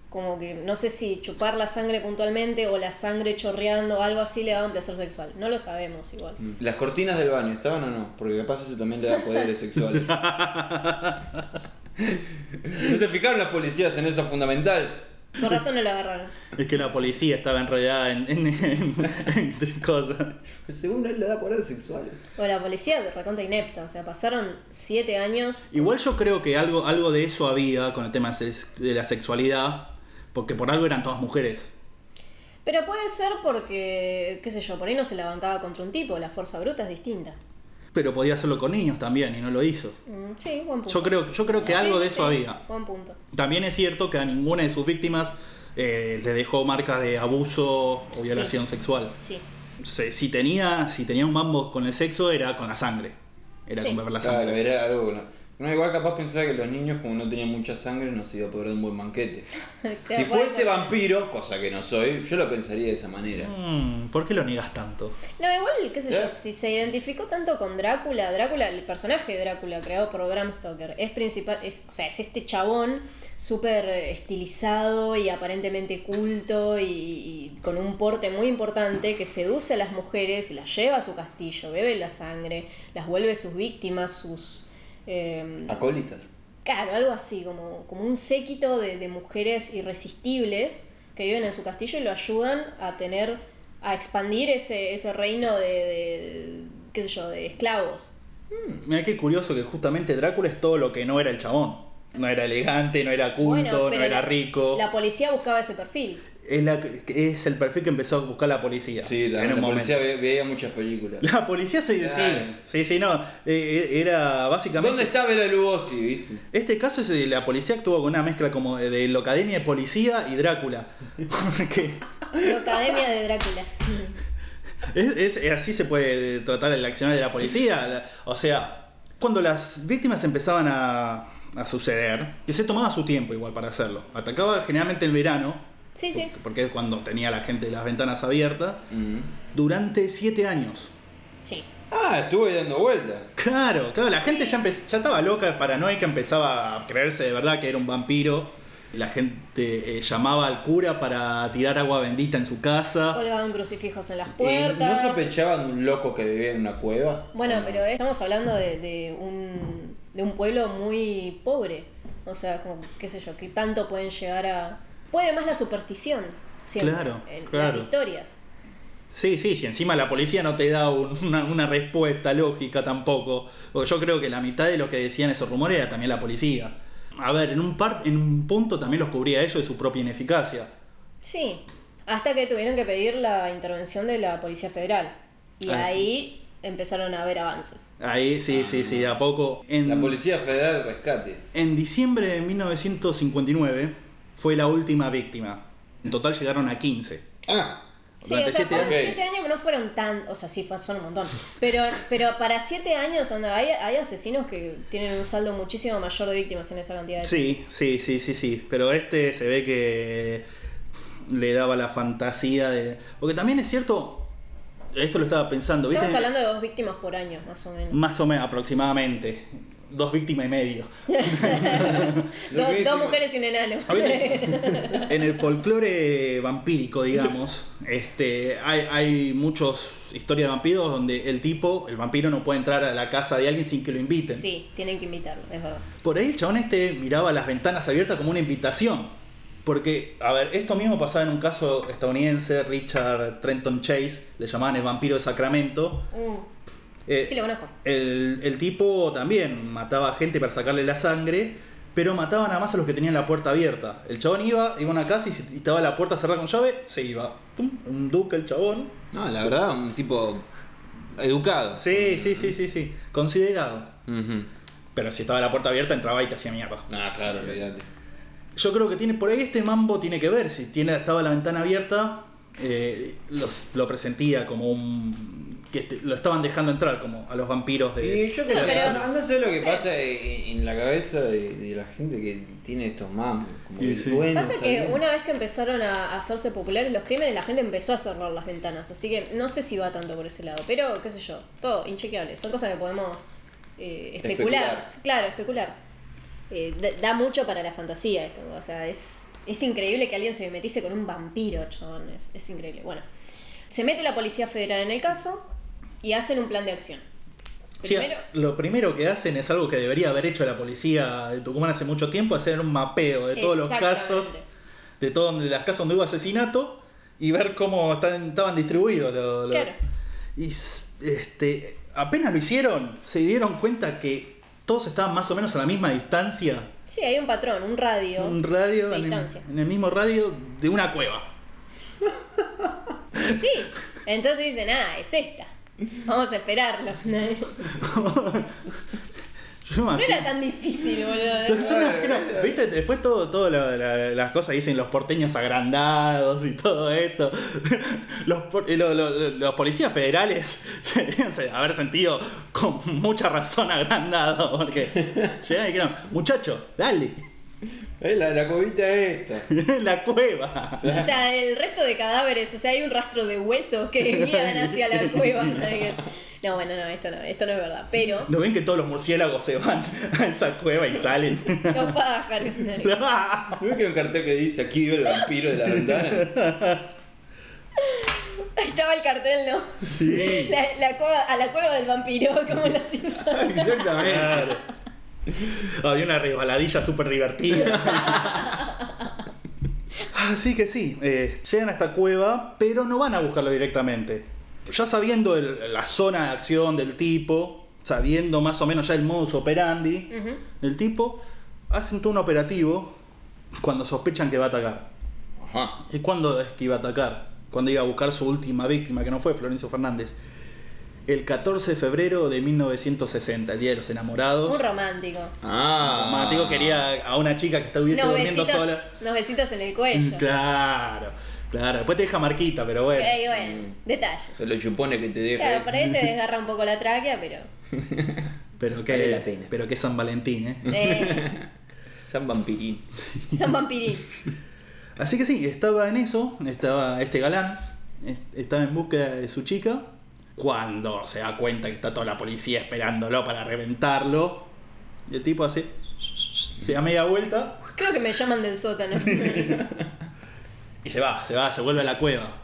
Speaker 3: Como que no sé si chupar la sangre puntualmente o la sangre chorreando o algo así le daban placer sexual. No lo sabemos igual.
Speaker 4: ¿Las cortinas del baño estaban o no? Porque capaz eso también le da poderes sexuales. ¿No se fijaron las policías en eso fundamental?
Speaker 3: Con razón no lo agarraron.
Speaker 2: Es que la policía estaba enredada en, en- en- en cosas.
Speaker 4: Que Pues según él le da poderes sexuales.
Speaker 3: O la policía recontra inepta, o sea, pasaron siete años.
Speaker 2: Igual yo creo que algo, algo de eso había con el tema sex- de la sexualidad, porque por algo eran todas mujeres.
Speaker 3: Pero puede ser porque, qué sé yo, por ahí no se la bancaba contra un tipo, la fuerza bruta es distinta.
Speaker 2: Pero podía hacerlo con niños también y no lo hizo.
Speaker 3: Mm, sí, buen punto.
Speaker 2: Yo creo, yo creo que algo
Speaker 3: Sí,
Speaker 2: de
Speaker 3: sí,
Speaker 2: eso
Speaker 3: sí.
Speaker 2: había.
Speaker 3: Buen punto.
Speaker 2: También es cierto que a ninguna de sus víctimas eh, le dejó marca de abuso o violación sexual.
Speaker 3: Sí.
Speaker 2: Se- si, tenía, si tenía un mambo con el sexo era con la sangre. Era
Speaker 3: Sí.
Speaker 2: con beber la
Speaker 4: Claro,
Speaker 2: sangre.
Speaker 4: era algo. que no- No, igual capaz pensaba que los niños, como no tenían mucha sangre, no se iba a poder dar un buen banquete.
Speaker 3: Te
Speaker 4: Si
Speaker 3: das
Speaker 4: fuese
Speaker 3: cuenta.
Speaker 4: vampiro, cosa que no soy, yo lo pensaría de esa manera.
Speaker 2: Mm, ¿Por qué lo niegas tanto?
Speaker 3: No, igual, qué sé
Speaker 4: ¿Eh?
Speaker 3: yo, si se identificó tanto con Drácula, Drácula, el personaje de Drácula creado por Bram Stoker, es principal, es, o sea, es este chabón súper eh, estilizado y aparentemente culto y, y con un porte muy importante que seduce a las mujeres y las lleva a su castillo, bebe la sangre, las vuelve sus víctimas, sus... em,
Speaker 4: Acólitas.
Speaker 3: Claro, algo así, como, como un séquito de, de mujeres irresistibles que viven en su castillo y lo ayudan a tener, a expandir ese, ese reino de, de- qué sé yo, de esclavos.
Speaker 2: Mira qué curioso que justamente Drácula es todo lo que no era el chabón. No era elegante, no era culto, no
Speaker 3: pero
Speaker 2: era
Speaker 3: la-
Speaker 2: rico.
Speaker 3: La policía buscaba ese perfil.
Speaker 2: Es, la- es el perfil que empezó a buscar la policía.
Speaker 4: Sí,
Speaker 2: en
Speaker 4: también
Speaker 2: un
Speaker 4: la policía
Speaker 2: momento.
Speaker 4: ve- veía muchas películas.
Speaker 2: La policía se
Speaker 4: Claro.
Speaker 2: sí, sí, sí, no. eh, era básicamente.
Speaker 4: ¿Dónde está Bela Lugosi, viste?
Speaker 2: Este caso es de la policía actuó con una mezcla como de, de la academia de policía y Drácula. Que
Speaker 3: La Academia de Drácula. sí.
Speaker 2: es, es- es- así se puede tratar el accionar de la policía. La- O sea, cuando las víctimas empezaban a, a suceder, que se tomaba su tiempo igual para hacerlo. Atacaba generalmente el verano,
Speaker 3: Sí, sí.
Speaker 2: porque es cuando tenía la gente las ventanas abiertas,
Speaker 4: Mm.
Speaker 2: durante siete años.
Speaker 3: Sí.
Speaker 4: Ah, estuve dando vueltas.
Speaker 2: Claro, claro, la gente ya, empe- ya estaba loca, paranoica, empezaba a creerse de verdad que era un vampiro. La gente eh, llamaba al cura para tirar agua bendita en su casa.
Speaker 3: Colgaban crucifijos en las
Speaker 4: Eh, ¿No
Speaker 3: puertas.
Speaker 4: sospechaban de un loco que vivía en una cueva?
Speaker 3: Bueno, pero estamos hablando de, de un, de un pueblo muy pobre. O sea, como, qué sé yo, que tanto pueden llegar a... Puede más la superstición, siempre.
Speaker 2: Claro,
Speaker 3: en Las
Speaker 2: claro.
Speaker 3: historias.
Speaker 2: Sí, sí, si encima la policía no te da un- una, una respuesta lógica tampoco. Porque yo creo que la mitad de lo que decían esos rumores era también la policía. A ver, en un, par- en un punto también los cubría ellos de su propia ineficacia.
Speaker 3: Sí. Hasta que tuvieron que pedir la intervención de la Policía Federal. Y
Speaker 2: Ah.
Speaker 3: ahí empezaron a haber avances.
Speaker 2: Ahí sí, sí, sí, de a poco. En,
Speaker 4: La Policía Federal Rescate.
Speaker 2: En diciembre de 1959 fue la última víctima. En total llegaron a 15.
Speaker 4: Ah,
Speaker 3: Sí,
Speaker 2: Durante
Speaker 3: o sea,
Speaker 2: siete
Speaker 3: fueron
Speaker 4: años.
Speaker 3: siete años, no fueron tan... O sea, sí, fue- son un montón. Pero, pero para siete años, anda, hay, hay asesinos que tienen un saldo muchísimo mayor de víctimas en esa cantidad de
Speaker 2: Sí, sí, sí, sí, sí. Pero este se ve que le daba la fantasía de... Porque también es cierto, esto lo estaba pensando, ¿viste?
Speaker 3: Estamos hablando de dos víctimas por año, más o menos.
Speaker 2: Más o menos, aproximadamente. dos víctimas y medio.
Speaker 4: Lo
Speaker 3: Do-
Speaker 4: que es,
Speaker 3: dos
Speaker 4: tipo,
Speaker 3: mujeres y un enano.
Speaker 2: en el folclore vampírico, digamos, este, hay, hay muchos historias de vampiros donde el tipo, el vampiro, no puede entrar a la casa de alguien sin que lo inviten.
Speaker 3: Sí, tienen que invitarlo, es verdad.
Speaker 2: Por ahí el chabón este miraba las ventanas abiertas como una invitación. Porque, a ver, esto mismo pasaba en un caso estadounidense, Richard Trenton Chase, le llamaban el vampiro de Sacramento.
Speaker 3: Mm,
Speaker 2: Eh,
Speaker 3: Sí, lo conozco.
Speaker 2: el, el tipo también mataba gente para sacarle la sangre, pero mataba nada más a los que tenían la puerta abierta. El chabón iba, iba a una casa y, si- y estaba la puerta cerrada con llave, se iba. Tum, Un duque el chabón.
Speaker 4: No, la verdad, un tipo educado.
Speaker 2: Sí, sí, sí, sí, sí. Considerado.
Speaker 4: Ujú.
Speaker 2: Pero si estaba la puerta abierta, entraba y te hacía mierda.
Speaker 4: Ah, claro, olvídate.
Speaker 2: Yo creo que tiene por ahí este mambo tiene que ver. Si tiene, estaba la ventana abierta, eh, los- lo presentía como un. que te- lo estaban dejando entrar, como a los vampiros
Speaker 4: Y
Speaker 2: de.
Speaker 4: yo creo
Speaker 3: No,
Speaker 4: que
Speaker 3: pero-
Speaker 4: anda anda a saber lo
Speaker 3: no
Speaker 4: que
Speaker 3: sé.
Speaker 4: pasa en, en la cabeza de, de la gente que tiene estos mamos. Como
Speaker 2: Y
Speaker 4: que,
Speaker 2: sí.
Speaker 4: bueno,
Speaker 3: Pasa
Speaker 4: está
Speaker 3: que
Speaker 4: bien.
Speaker 3: una vez que empezaron a hacerse populares los crímenes, la gente empezó a cerrar las ventanas. Así que no sé si va tanto por ese lado. Pero, qué sé yo, todo inchequeable. Son cosas que podemos eh, especular.
Speaker 4: Especular.
Speaker 3: Claro, especular. Eh, da, da mucho para la fantasía esto. O sea, es, es increíble que alguien se metiese con un vampiro, chabón. Es, es increíble. Bueno, se mete la Policía Federal en el caso y hacen un plan de acción.
Speaker 2: Sí,
Speaker 3: Primero,
Speaker 2: lo primero que hacen es algo que debería haber hecho la policía de Tucumán hace mucho tiempo, hacer un mapeo de todos los casos,
Speaker 3: Exactamente.
Speaker 2: de todos de las casas donde hubo asesinato y ver cómo están- estaban distribuidos los... los-
Speaker 3: Claro.
Speaker 2: Y s- este, apenas lo hicieron, se dieron cuenta que todos estaban más o menos a la misma distancia,
Speaker 3: sí, hay un patrón, un radio.
Speaker 2: un radio
Speaker 3: de
Speaker 2: en el,
Speaker 3: distancia.
Speaker 2: en el mismo radio de una cueva.
Speaker 3: Y sí, entonces dicen, ah, es esta. Vamos a esperarlo. No
Speaker 2: Yo me
Speaker 3: era
Speaker 2: imagino-
Speaker 3: tan difícil,
Speaker 2: Yo
Speaker 3: boludo.
Speaker 2: yo me imagino, viste, después todo, todo lo- la- las cosas que dicen los porteños agrandados y todo esto. Los, por- eh, lo- lo- lo- los policías federales se deben se- haber sentido con mucha razón agrandados, porque llegaron y dijeron, muchacho, dale,
Speaker 4: Eh, la, la cobita esta.
Speaker 2: la cueva.
Speaker 3: O sea, el resto de cadáveres, o sea, hay un rastro de huesos que guían hacia la cueva. No, bueno, no, esto no, esto no es verdad. Pero,
Speaker 2: ¿No ven que todos los murciélagos se van a esa cueva y salen?
Speaker 3: los pájaros.
Speaker 4: ¿No ves que hay un cartel que dice aquí vive el vampiro de la ventana?
Speaker 3: Estaba el cartel, ¿no?
Speaker 2: Sí.
Speaker 3: La, la cueva, a la cueva del vampiro, como en los Simpsons.
Speaker 4: Exactamente.
Speaker 2: Claro. Había una resbaladilla súper divertida. Así que sí, eh, llegan a esta cueva, pero no van a buscarlo directamente. Ya sabiendo el- la zona de acción del tipo, sabiendo más o menos ya el modus operandi
Speaker 3: Ujú.
Speaker 2: del tipo, hacen todo un operativo cuando sospechan que va a atacar.
Speaker 4: Ajá.
Speaker 2: ¿Y cuándo es que iba a atacar? Cuando iba a buscar su última víctima, que no fue Florencio Fernández. El 14 de febrero de 1960, el Día de los Enamorados.
Speaker 3: Un romántico.
Speaker 4: Ah.
Speaker 2: Romántico quería a una chica que estuviese
Speaker 3: Unos
Speaker 2: durmiendo
Speaker 3: besitos,
Speaker 2: sola.
Speaker 3: unos besitos en el
Speaker 2: Mm,
Speaker 3: cuello.
Speaker 2: Claro, claro. Después te deja marquita, pero bueno.
Speaker 3: Ahí, bueno, detalles.
Speaker 4: Se lo chupone que te deja.
Speaker 3: Claro, por ahí te desgarra un poco la tráquea, pero.
Speaker 2: Pero que,
Speaker 4: Vale la pena.
Speaker 2: pero que San Valentín, ¿eh?
Speaker 3: Eh,
Speaker 4: San Vampirín.
Speaker 3: son vampirín.
Speaker 2: Así que sí, estaba en eso, estaba este galán, es- estaba en búsqueda de su chica. Cuando se da cuenta que está toda la policía esperándolo para reventarlo, y el tipo hace. se da media vuelta
Speaker 3: Creo que me llaman del sótano.
Speaker 2: y se va, se va, se vuelve a la cueva.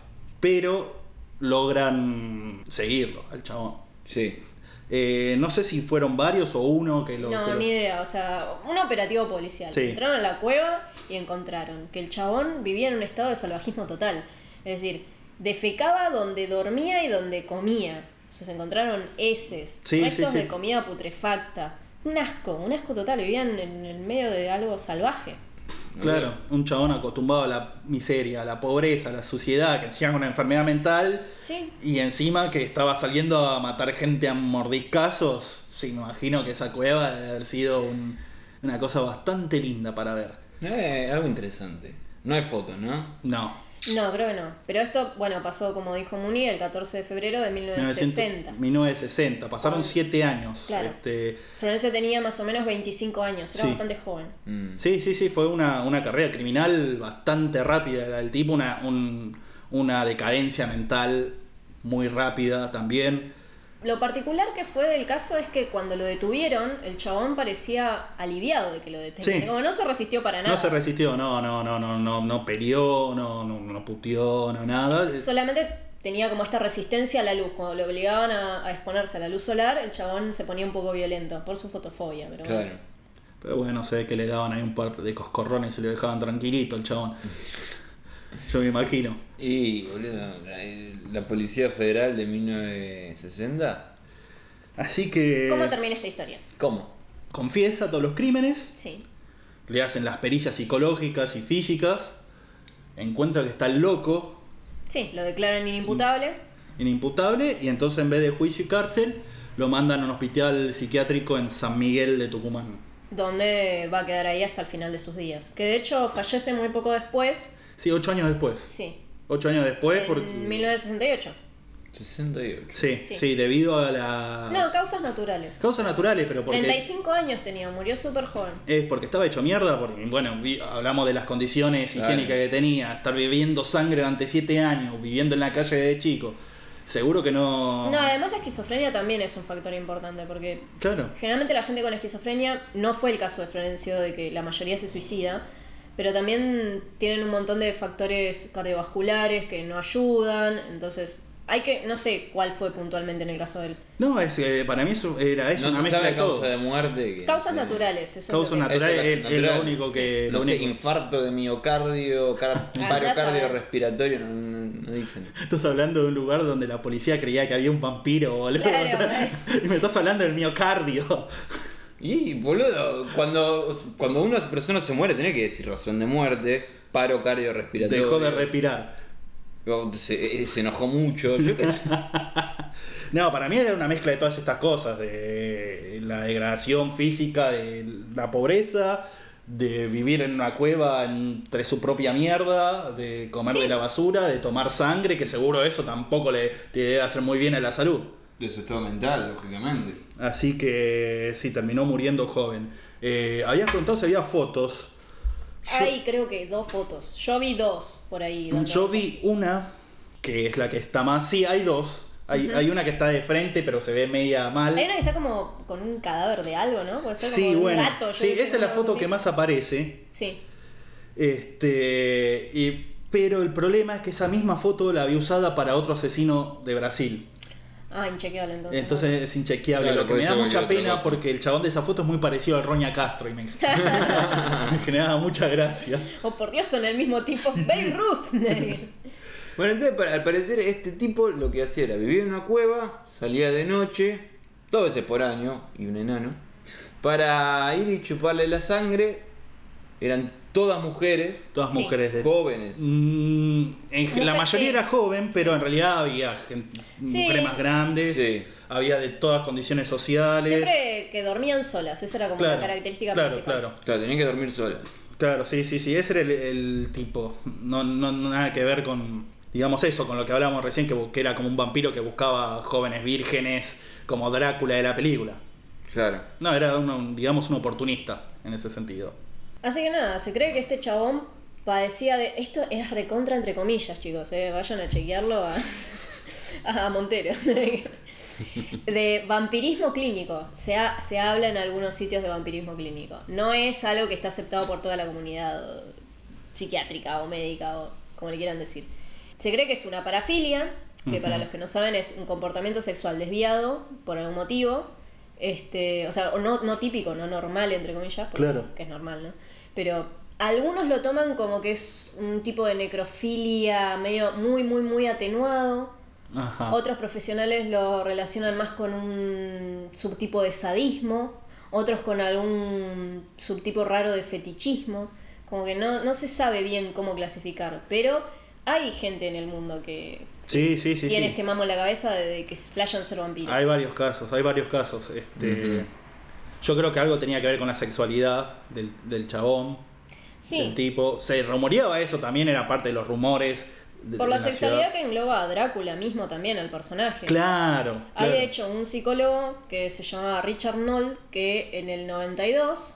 Speaker 2: Pero logran seguirlo al chabón.
Speaker 4: Sí.
Speaker 2: Eh, no sé si fueron varios o uno que lo. que
Speaker 3: No,
Speaker 2: lo-
Speaker 3: ni idea. O sea, un operativo policial.
Speaker 2: Sí.
Speaker 3: Entraron a la cueva y encontraron que el chabón vivía en un estado de salvajismo total. Es decir, defecaba donde dormía y donde comía. O sea, se encontraron heces,
Speaker 2: Sí,
Speaker 3: restos
Speaker 2: sí, sí.
Speaker 3: de comida putrefacta. Un asco, un asco total. Vivían en el medio de algo salvaje.
Speaker 2: Claro, un chabón acostumbrado a la miseria, a la pobreza, a la suciedad, que encima una enfermedad mental
Speaker 3: Sí.
Speaker 2: y encima que estaba saliendo a matar gente a mordiscazos. Sí, me imagino que esa cueva debe haber sido un- una cosa bastante linda para ver.
Speaker 4: Eh, algo interesante. No hay foto, ¿no?
Speaker 2: No.
Speaker 3: No, creo que no. Pero esto, bueno, pasó, como dijo Muni, el 14 de febrero de 1960.
Speaker 2: 1960, pasaron 7 años.
Speaker 3: Claro.
Speaker 2: Este,
Speaker 3: Florencio tenía más o menos 25 años, era
Speaker 2: Sí.
Speaker 3: bastante joven.
Speaker 4: Mm.
Speaker 2: Sí, sí, sí, fue una, una carrera criminal bastante rápida la del tipo, una, un- una decadencia mental muy rápida también.
Speaker 3: Lo particular que fue del caso es que cuando lo detuvieron, el chabón parecía aliviado de que lo detengan.
Speaker 2: Sí.
Speaker 3: Como no se resistió para nada.
Speaker 2: No se resistió, no, no, no, no, no, no peleó, no, no, no puteó, no nada.
Speaker 3: Solamente tenía como esta resistencia a la luz. Cuando lo obligaban a, a exponerse a la luz solar, el chabón se ponía un poco violento por su fotofobia. Pero bueno.
Speaker 4: Claro.
Speaker 2: Pero bueno, se ve que le daban ahí un par de coscorrones y lo dejaban tranquilito el chabón. Yo me imagino.
Speaker 4: Y, boludo, la, la Policía Federal de 1960.
Speaker 2: Así que
Speaker 3: ¿Cómo termina esta historia?
Speaker 4: ¿Cómo?
Speaker 2: confiesa todos los crímenes,
Speaker 3: Sí.
Speaker 2: le hacen las perillas psicológicas y físicas, encuentra que está loco,
Speaker 3: Sí, lo declaran inimputable.
Speaker 2: inimputable, y entonces en vez de juicio y cárcel, lo mandan a un hospital psiquiátrico en San Miguel de Tucumán.
Speaker 3: donde va a quedar ahí hasta el final de sus días. Que de hecho fallece muy poco después.
Speaker 2: Sí, ocho años después.
Speaker 3: Sí.
Speaker 2: Ocho años después
Speaker 3: en
Speaker 2: porque...
Speaker 3: 1968.
Speaker 4: 68.
Speaker 2: Sí, sí,
Speaker 3: Sí.
Speaker 2: debido a las
Speaker 3: No, causas naturales.
Speaker 2: causas naturales, pero porque
Speaker 3: 35 años tenía, murió súper joven.
Speaker 2: es porque estaba hecho mierda, porque bueno, vi- hablamos de las condiciones
Speaker 4: Claro.
Speaker 2: higiénicas que tenía, estar bebiendo sangre durante 7 años, viviendo en la calle de chico. Seguro que no
Speaker 3: No, eh. además la esquizofrenia también es un factor importante porque
Speaker 2: Claro.
Speaker 3: generalmente la gente con esquizofrenia no fue el caso de Florencio de que la mayoría se suicida, pero también tienen un montón de factores cardiovasculares que no ayudan, entonces hay que no sé cuál fue puntualmente en el caso de él.
Speaker 2: No, es, eh, para mí eso era es
Speaker 4: no
Speaker 2: una
Speaker 4: se
Speaker 2: mezcla
Speaker 4: sabe
Speaker 2: de
Speaker 4: causa
Speaker 2: todo.
Speaker 4: de muerte. que-
Speaker 3: Causas
Speaker 4: que-
Speaker 3: naturales, eso es lo
Speaker 2: Causa
Speaker 3: que-
Speaker 2: natural
Speaker 4: Eso,
Speaker 2: es,
Speaker 4: caso
Speaker 2: es lo
Speaker 4: natural.
Speaker 2: único que
Speaker 4: No
Speaker 2: lo
Speaker 4: sé,
Speaker 2: único.
Speaker 4: infarto de miocardio, car-
Speaker 3: Ah,
Speaker 4: paro
Speaker 3: andás a ver.
Speaker 4: cardiorrespiratorio, no, no- no dicen.
Speaker 2: Estás hablando de un lugar donde la policía creía que había un vampiro, boludo.
Speaker 3: Claro, eh.
Speaker 2: y me estás hablando del miocardio.
Speaker 4: Y boludo, cuando, cuando una persona se muere, tenés que decir razón de muerte, paro cardiorrespiratorio.
Speaker 2: Dejó de respirar.
Speaker 4: O se, eh, se enojó mucho, yo qué sé.
Speaker 2: No, para mí era una mezcla de todas estas cosas, de la degradación física, de la pobreza, de vivir en una cueva entre su propia mierda, de comer de la basura, de tomar sangre, que seguro eso tampoco le te debe hacer muy bien a la salud.
Speaker 4: De su estado mental, lógicamente.
Speaker 2: Así que sí, terminó muriendo joven. Eh, habías contado si había fotos. Yo- Mm,
Speaker 3: Hay creo que dos fotos. Yo vi dos por ahí. dando
Speaker 2: Yo
Speaker 3: vueltas.
Speaker 2: vi una, que es la que está más... Sí, hay dos. Hay, hay una que está de frente, pero se ve media mal.
Speaker 3: Hay una que está como con un cadáver de algo, ¿no? Puede ser como
Speaker 2: Sí,
Speaker 3: de un
Speaker 2: bueno.
Speaker 3: gato. yo
Speaker 2: sí,
Speaker 3: qué sé,
Speaker 2: esa es la
Speaker 3: una
Speaker 2: foto
Speaker 3: cosa
Speaker 2: que
Speaker 3: así.
Speaker 2: más aparece.
Speaker 3: Sí.
Speaker 2: Este, y- pero el problema es que esa misma foto la había usada para otro asesino de Brasil.
Speaker 3: Ah, inchequeable entonces.
Speaker 2: Entonces es inchequeable.
Speaker 4: Claro,
Speaker 2: lo que
Speaker 4: puede
Speaker 2: me da
Speaker 4: ser
Speaker 2: mucha
Speaker 4: cualquier otra cosa.
Speaker 2: pena porque el chabón de esa foto es muy parecido al Roña Castro y me, me generaba mucha gracia.
Speaker 3: Oh, por Dios, son el mismo tipo. Babe Ruth.
Speaker 4: Bueno, entonces para- al parecer este tipo lo que hacía era vivir en una cueva, salía de noche, dos veces por año, y un enano, para ir y chuparle la sangre. Eran todas mujeres,
Speaker 2: Todas
Speaker 3: Sí.
Speaker 2: mujeres de...
Speaker 4: jóvenes.
Speaker 2: Mm, en- la
Speaker 3: Mujer,
Speaker 2: mayoría
Speaker 3: sí.
Speaker 2: era joven, pero en realidad había gen-
Speaker 3: Sí.
Speaker 2: mujeres más grandes,
Speaker 4: Sí.
Speaker 2: había de todas condiciones sociales.
Speaker 3: Siempre que dormían solas. Esa era como una característica
Speaker 2: claro,
Speaker 3: principal.
Speaker 2: claro.
Speaker 4: Claro, tenían que dormir solas.
Speaker 2: Claro, sí, sí, sí, ese era el, el tipo. No, no, no nada que ver con, digamos, eso, con lo que hablábamos recién, que, bu- que era como un vampiro que buscaba jóvenes vírgenes, como Drácula de la película.
Speaker 4: Claro.
Speaker 2: No, era, uno, un- digamos, un oportunista en ese sentido.
Speaker 3: Así que nada, se cree que este chabón padecía de. Esto es recontra entre comillas, chicos, eh, vayan a chequearlo a, a Montero. De vampirismo clínico. Se, ha- se habla en algunos sitios de vampirismo clínico. No es algo que está aceptado por toda la comunidad psiquiátrica o médica o como le quieran decir. Se cree que es una parafilia, que para los que no saben es un comportamiento sexual desviado por algún motivo. Este, o sea, o no, no típico, no normal, entre comillas, porque
Speaker 2: Claro.
Speaker 3: que es normal, ¿no? Pero algunos lo toman como que es un tipo de necrofilia medio muy, muy, muy atenuado.
Speaker 2: Ajá.
Speaker 3: Otros profesionales lo relacionan más con un subtipo de sadismo, otros con algún subtipo raro de fetichismo, como que no, no se sabe bien cómo clasificar, pero hay gente en el mundo que
Speaker 2: Sí, sí, sí,
Speaker 3: tiene
Speaker 2: sí.
Speaker 3: este mamo en la cabeza de de que flashan ser vampiros.
Speaker 2: Hay varios casos, hay varios casos. Este,
Speaker 4: Ujú.
Speaker 2: Yo creo que algo tenía que ver con la sexualidad del, del chabón, del
Speaker 3: sí,
Speaker 2: tipo. Se rumoreaba eso también, era parte de los rumores. de-
Speaker 3: por
Speaker 2: de
Speaker 3: la
Speaker 2: ciudad.
Speaker 3: sexualidad que engloba a Drácula mismo también, al personaje.
Speaker 2: Claro,
Speaker 3: Hay
Speaker 2: claro.
Speaker 3: de hecho un psicólogo que se llamaba Richard Knoll que en el 92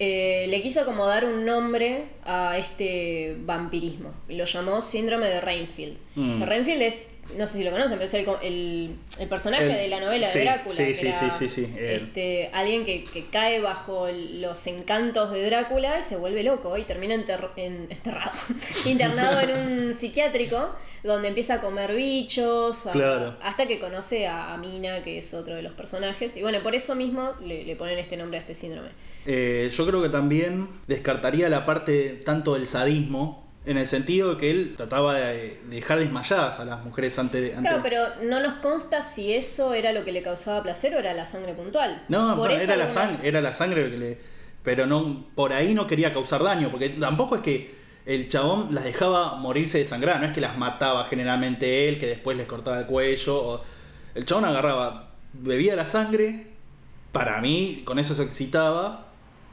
Speaker 3: eh, le quiso como dar un nombre a este vampirismo. Lo llamó síndrome de Rainfield.
Speaker 2: Mm.
Speaker 3: Rainfield es, no sé si lo conocen, pero es el, co- el- el personaje
Speaker 2: El-
Speaker 3: de la novela
Speaker 2: sí,
Speaker 3: de Drácula.
Speaker 2: sí,
Speaker 3: que
Speaker 2: sí,
Speaker 3: era,
Speaker 2: sí, sí, sí, el-
Speaker 3: este, alguien que, que cae bajo los encantos de Drácula y se vuelve loco y termina enter- en- enterrado, internado en un psiquiátrico donde empieza a comer bichos, a-
Speaker 2: Claro.
Speaker 3: hasta que conoce a, a Mina, que es otro de los personajes. Y bueno, por eso mismo le, le ponen este nombre a este síndrome.
Speaker 2: Eh, yo creo que también descartaría la parte tanto del sadismo, en el sentido de que él trataba de de dejar desmayadas a las mujeres antes de...
Speaker 3: Claro, pero no nos consta si eso era lo que le causaba placer o era la sangre puntual.
Speaker 2: No,
Speaker 3: Por
Speaker 2: no,
Speaker 3: eso
Speaker 2: era, la
Speaker 3: algunos-
Speaker 2: sangre, era la sangre que le- Pero no, por ahí no quería causar daño, porque tampoco es que el chabón las dejaba morirse desangradas, no es que las mataba generalmente él, que después les cortaba el cuello. o- El chabón agarraba, bebía la sangre, para mí, con eso se excitaba,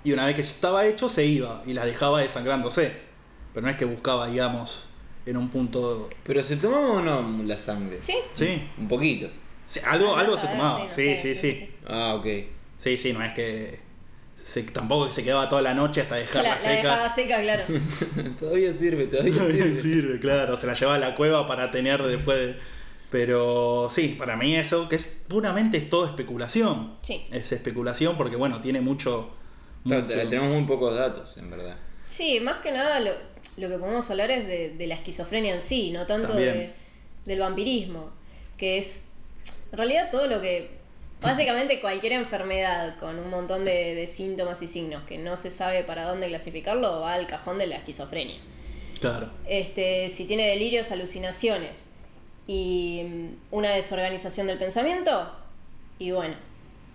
Speaker 2: y una vez que ya estaba hecho, se iba y las dejaba desangrándose. Pero no es que buscaba, digamos, en un punto.
Speaker 4: Pero se tomaba o no la sangre.
Speaker 3: Sí.
Speaker 2: Sí,
Speaker 4: Un poquito.
Speaker 2: sí, algo,
Speaker 3: Andá
Speaker 2: algo
Speaker 3: a
Speaker 2: se
Speaker 3: saber,
Speaker 2: tomaba,
Speaker 3: Mm. Ah, no
Speaker 2: sí,
Speaker 3: sé,
Speaker 2: sí, sí.
Speaker 4: Ah, ok.
Speaker 2: Sí, sí, no es que. se- tampoco que se quedaba toda la noche hasta
Speaker 3: La,
Speaker 2: dejarla
Speaker 3: la dejaba
Speaker 2: seca.
Speaker 3: seca, claro.
Speaker 4: todavía sirve, todavía
Speaker 2: Sirve.
Speaker 4: sirve.
Speaker 2: claro. Se la llevaba a la cueva para tener después. de- Pero sí, para mí eso, que es puramente es todo especulación.
Speaker 3: Sí.
Speaker 2: Es especulación porque, bueno, tiene mucho.
Speaker 4: Claro,
Speaker 2: mucho-
Speaker 4: te- tenemos muy pocos datos, en verdad.
Speaker 3: Sí, más que nada lo, lo que podemos hablar es de, de la esquizofrenia en sí, no tanto
Speaker 2: También.
Speaker 3: de- del vampirismo, que es en realidad todo lo que... Básicamente cualquier enfermedad con un montón de, de síntomas y signos que no se sabe para dónde clasificarlo va al cajón de la esquizofrenia.
Speaker 2: Claro.
Speaker 3: Este, si tiene delirios, alucinaciones y mm, una desorganización del pensamiento, y bueno,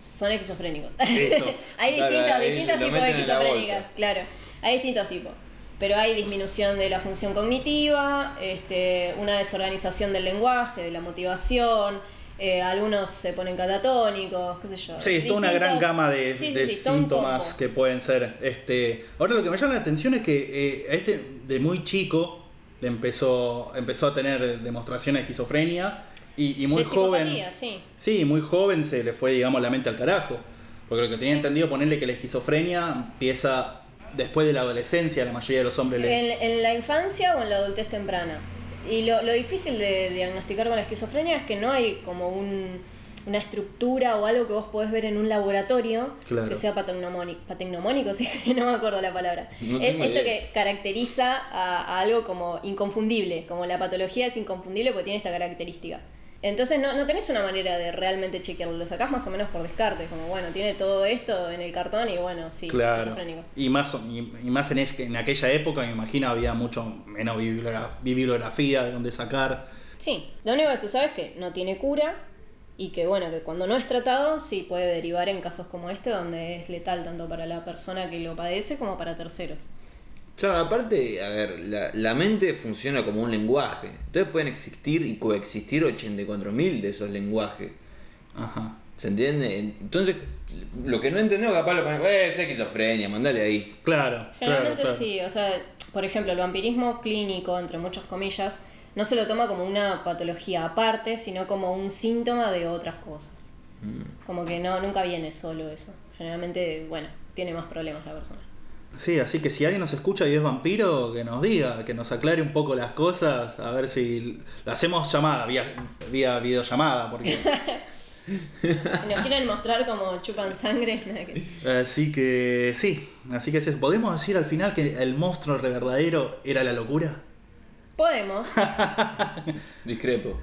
Speaker 3: son esquizofrénicos.
Speaker 2: Listo.
Speaker 3: hay
Speaker 4: Claro,
Speaker 3: distintos,
Speaker 4: ahí
Speaker 3: distintos
Speaker 4: lo meten en
Speaker 3: tipos de
Speaker 4: la
Speaker 3: esquizofrénicas,
Speaker 4: bolsa.
Speaker 3: claro. Hay distintos tipos. Pero hay disminución de la función cognitiva, este, una desorganización del lenguaje, de la motivación, eh, algunos se ponen catatónicos, qué sé yo.
Speaker 2: Sí, es toda una gran
Speaker 3: Distintos-
Speaker 2: gama de,
Speaker 3: Sí, sí,
Speaker 2: de
Speaker 3: sí, todo un
Speaker 2: síntomas
Speaker 3: combo.
Speaker 2: que pueden ser. Este, ahora lo que me llama la atención es que eh, a este de muy chico le empezó, empezó a tener demostraciones de esquizofrenia y, y muy
Speaker 3: De
Speaker 2: joven.
Speaker 3: psicopatía, sí.
Speaker 2: Sí, muy joven se le fue, digamos, la mente al carajo. Porque lo que tenía entendido ponerle que la esquizofrenia empieza después de la adolescencia, la mayoría de los hombres le...
Speaker 3: En, en la infancia o en la adultez temprana. Y lo, lo difícil de diagnosticar con la esquizofrenia es que no hay como un- una estructura o algo que vos podés ver en un laboratorio
Speaker 2: Claro.
Speaker 3: que sea patognomónico, patognomónico sí, sí, no me acuerdo la palabra.
Speaker 4: No
Speaker 3: Es-
Speaker 4: tengo
Speaker 3: esto
Speaker 4: idea.
Speaker 3: que caracteriza a, a algo como inconfundible, como la patología es inconfundible porque tiene esta característica. Entonces no, no tenés una manera de realmente chequearlo, lo sacás más o menos por descarte, como bueno, tiene todo esto en el cartón y bueno, sí,
Speaker 2: Claro.
Speaker 3: esquizofrénico.
Speaker 2: Y más, o- y, y más en, es- en aquella época, me imagino, había mucho menos bibliogra- bibliografía de dónde sacar.
Speaker 3: Sí, lo único que se sabe es que no tiene cura y que bueno, que cuando no es tratado sí puede derivar en casos como este donde es letal tanto para la persona que lo padece como para terceros.
Speaker 4: Claro, aparte, a ver, la, la mente funciona como un lenguaje. Entonces pueden existir y coexistir 84.000 de esos lenguajes.
Speaker 2: Ajá.
Speaker 4: ¿Se entiende? Entonces, lo que no entendemos capaz lo ponemos, eh, es esquizofrenia, mandale ahí.
Speaker 2: Claro.
Speaker 3: Generalmente
Speaker 2: claro, claro.
Speaker 3: sí, o sea, por ejemplo, el vampirismo clínico, entre muchas comillas, no se lo toma como una patología aparte, sino como un síntoma de otras cosas.
Speaker 2: Mm.
Speaker 3: Como que no, nunca viene solo eso. Generalmente, bueno, tiene más problemas la persona.
Speaker 2: Sí, así que si alguien nos escucha y es vampiro, que nos diga, que nos aclare un poco las cosas, a ver si la hacemos llamada, vía, vía videollamada, porque...
Speaker 3: Si nos quieren mostrar cómo chupan sangre, nada que...
Speaker 2: Así que sí, así que ese- podemos decir al final que el monstruo verdadero era la locura.
Speaker 3: Podemos.
Speaker 4: Discrepo.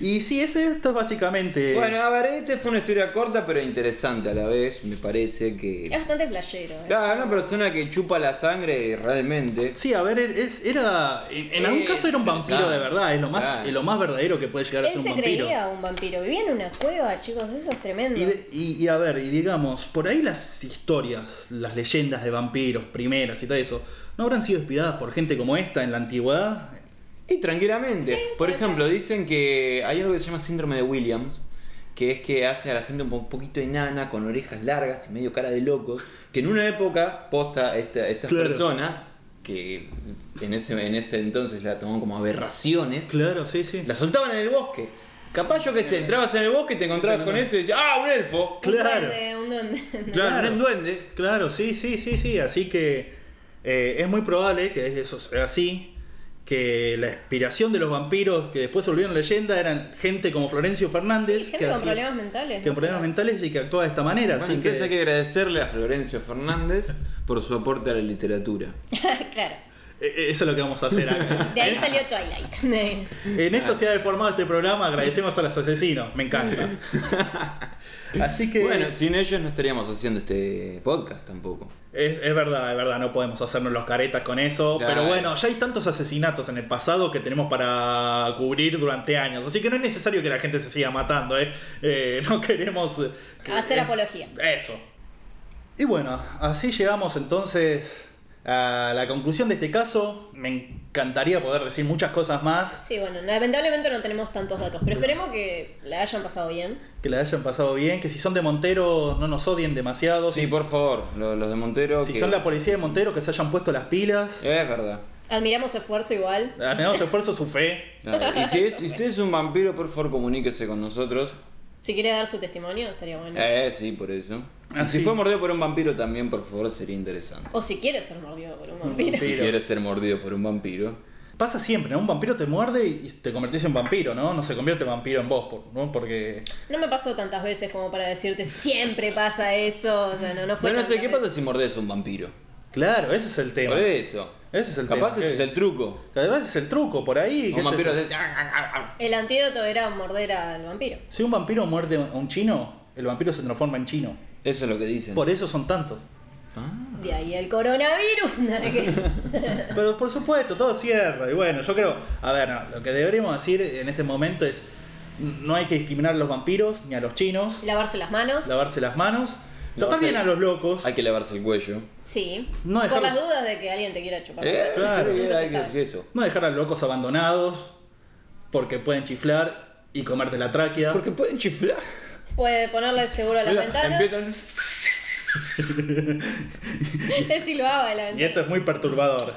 Speaker 2: Y sí, ese, esto es básicamente...
Speaker 4: Bueno, a ver, este fue una historia corta pero interesante a la vez, me parece que...
Speaker 3: Es bastante flashero. ¿eh?
Speaker 4: Claro, una persona que chupa la sangre realmente.
Speaker 2: Sí, a ver, es- era... En, en algún
Speaker 4: Eh,
Speaker 2: caso era un vampiro
Speaker 4: claro,
Speaker 2: de verdad, es lo más,
Speaker 4: claro.
Speaker 2: es lo más verdadero que puede llegar a
Speaker 3: Él
Speaker 2: ser un
Speaker 3: se
Speaker 2: vampiro.
Speaker 3: creía un vampiro. Vivía en una cueva, chicos. Eso es tremendo.
Speaker 2: Y, de- y- y a ver, y digamos, por ahí las historias, las leyendas de vampiros, primeras y todo eso, ¿no habrán sido inspiradas por gente como esta en la antigüedad?
Speaker 4: Y tranquilamente.
Speaker 3: Sí,
Speaker 4: Por
Speaker 3: puede
Speaker 4: ejemplo, dicen que hay algo que se llama síndrome de Williams, que es que hace a la gente un po- un poquito enana, con orejas largas y medio cara de loco, que en una época, posta esta- estas
Speaker 2: Claro.
Speaker 4: personas, que en ese, en ese entonces la tomaban como aberraciones,
Speaker 2: Claro, sí, sí.
Speaker 4: la soltaban en el bosque. Capaz yo qué sé, entrabas en el bosque y te encontrabas con ese y decías, ¡ah, un elfo!
Speaker 2: Claro.
Speaker 3: Un duende, un duende.
Speaker 4: Claro, un duende.
Speaker 2: Claro, sí, sí, sí, sí. Así que eh, es muy probable que eso sea así. Que la inspiración de los vampiros que después se volvieron leyenda eran gente como Florencio
Speaker 3: Sí,
Speaker 2: Fernández.
Speaker 3: gente
Speaker 2: que
Speaker 3: con
Speaker 2: hacía-
Speaker 3: problemas mentales.
Speaker 2: que
Speaker 3: no
Speaker 2: con problemas
Speaker 3: sé.
Speaker 2: mentales y que actúa de esta manera.
Speaker 4: Bueno,
Speaker 2: así
Speaker 4: entonces
Speaker 2: que,
Speaker 4: hay que agradecerle a Florencio Fernández por su aporte a la literatura.
Speaker 3: claro.
Speaker 2: eh, eso es lo que vamos a hacer acá.
Speaker 3: De ahí salió Twilight. De-
Speaker 2: En esto se ha deformado este programa. Agradecemos a los asesinos. Me encanta. Así que.
Speaker 4: Bueno, sin ellos no estaríamos haciendo este podcast tampoco.
Speaker 2: Es, es verdad, es verdad, no podemos hacernos los caretas con eso.
Speaker 4: Claro.
Speaker 2: Pero bueno, ya hay tantos asesinatos en el pasado que tenemos para cubrir durante años. Así que no es necesario que la gente se siga matando, ¿eh? Eh, no queremos. eh, que-
Speaker 3: Hacer
Speaker 2: eh,
Speaker 3: apología.
Speaker 2: Eso. Y bueno, así llegamos entonces a la conclusión de este caso. Me encantaría poder decir muchas cosas más.
Speaker 3: Sí, bueno, lamentablemente no tenemos tantos datos, pero esperemos que la hayan pasado bien.
Speaker 2: Que la hayan pasado bien, que si son de Montero no nos odien demasiado.
Speaker 4: Sí,
Speaker 2: si
Speaker 4: por favor, lo- los, de Montero.
Speaker 2: si
Speaker 4: que-
Speaker 2: son la policía de Montero, que se hayan puesto las pilas.
Speaker 4: Es verdad.
Speaker 3: Admiramos su esfuerzo igual.
Speaker 2: Ganamos esfuerzo, su fe.
Speaker 4: Claro. Y si, es, si usted es un vampiro, por favor comuníquese con nosotros.
Speaker 3: Si quiere dar su testimonio, estaría bueno.
Speaker 4: Eh, sí, por eso. Y
Speaker 2: Ah,
Speaker 4: si
Speaker 2: sí.
Speaker 4: fue mordido por un vampiro también, por favor, sería interesante.
Speaker 3: O si quiere ser mordido por un vampiro.
Speaker 2: Vampiro.
Speaker 4: Si quieres ser mordido por un vampiro.
Speaker 2: Pasa siempre, ¿no? Un vampiro te muerde y te convertís en vampiro, ¿no? No se convierte vampiro en vos, por- ¿no? Porque.
Speaker 3: No me pasó tantas veces como para decirte siempre pasa eso. O sea, no, no fue.
Speaker 4: Bueno, no sé,
Speaker 3: tantas
Speaker 4: ¿qué
Speaker 3: veces.
Speaker 4: pasa si mordes a un vampiro?
Speaker 2: Claro, ese es el tema.
Speaker 4: Por eso.
Speaker 2: Ese es el
Speaker 4: Capaz
Speaker 2: tema,
Speaker 4: ese
Speaker 2: ¿qué?
Speaker 4: es el truco.
Speaker 2: Además es el truco, por ahí. qué
Speaker 4: Un
Speaker 2: sé
Speaker 4: vampiro
Speaker 2: yo.
Speaker 4: hace-
Speaker 3: El antídoto era morder al vampiro.
Speaker 2: Si un vampiro muerde a un chino, el vampiro se transforma en chino.
Speaker 4: Eso es lo que dicen.
Speaker 2: Por eso son tantos.
Speaker 4: Ah.
Speaker 3: De ahí el coronavirus. nada que-
Speaker 2: Pero por supuesto, todo cierra. Y bueno, yo creo. A ver, no, lo que deberíamos decir en este momento es. No hay que discriminar a los vampiros ni a los chinos.
Speaker 3: Lavarse las manos.
Speaker 2: Lavarse las manos.
Speaker 4: No,
Speaker 2: Capaz
Speaker 4: sí.
Speaker 2: bien a los locos.
Speaker 4: Hay que lavarse el cuello.
Speaker 3: Sí.
Speaker 2: No
Speaker 3: por
Speaker 2: dejarlos-
Speaker 3: las dudas de que alguien te quiera chupar.
Speaker 4: Eh,
Speaker 3: la
Speaker 2: claro.
Speaker 4: sí,
Speaker 3: Nunca se
Speaker 4: hay que
Speaker 3: sabe.
Speaker 4: decir eso.
Speaker 2: No dejar a los locos abandonados porque pueden chiflar y comerte la tráquea.
Speaker 4: Porque pueden chiflar.
Speaker 3: Puede ponerle seguro a las
Speaker 4: Mira,
Speaker 3: ventanas.
Speaker 4: empiezan-
Speaker 3: Le silbaba de "Ah, la
Speaker 2: Y
Speaker 3: ventana.
Speaker 2: eso es muy perturbador.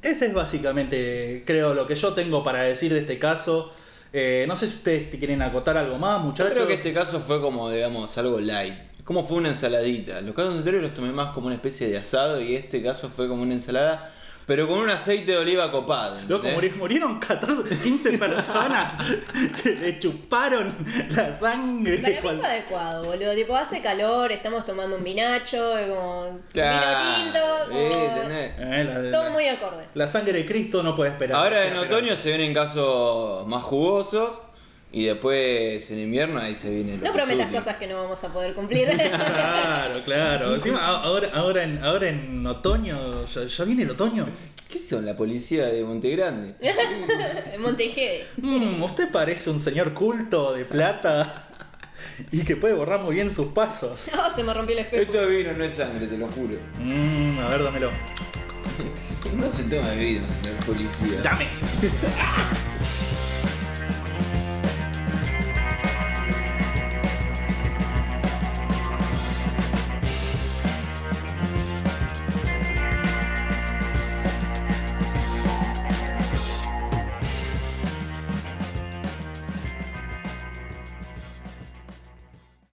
Speaker 2: Ese es básicamente, creo, lo que yo tengo para decir de este caso. Eh, no sé si ustedes te quieren acotar algo más,
Speaker 4: Yo
Speaker 2: muchachos.
Speaker 4: creo que este caso fue como, digamos, algo light. Como fue una ensaladita. Los casos anteriores los tomé más como una especie de asado y este caso fue como una ensalada, pero con un aceite de oliva copado.
Speaker 2: Loco,
Speaker 4: ¿entendés?
Speaker 2: muri- murieron 14, 15 personas que le chuparon la sangre.
Speaker 3: Para mí
Speaker 2: Cual-
Speaker 3: fue adecuado, boludo. Tipo, hace calor, estamos tomando un vinacho, es como
Speaker 4: Claro,
Speaker 3: vino tinto,
Speaker 4: eh,
Speaker 3: como-
Speaker 4: tenés.
Speaker 2: Eh, la,
Speaker 3: todo muy acorde.
Speaker 2: la sangre de Cristo no puede esperar.
Speaker 4: Ahora en
Speaker 2: Espera.
Speaker 4: otoño se vienen casos más jugosos y después en invierno ahí se viene lo
Speaker 3: No prometas
Speaker 4: tutti.
Speaker 3: cosas que no vamos a poder cumplir.
Speaker 2: Claro, claro. Encima, a- ahora, ahora, en, ahora en otoño, ya, ya viene el otoño.
Speaker 4: ¿Qué son la policía de Montegrande?
Speaker 3: en Montejede.
Speaker 2: Mm, usted parece un señor culto de plata y que puede borrar muy bien sus pasos.
Speaker 3: Oh, se me rompió el espejo.
Speaker 4: Esto de vino no es sangre, te lo juro.
Speaker 2: Mm, a ver, dámelo.
Speaker 4: No se toma de vino, señor policía.
Speaker 2: Dame.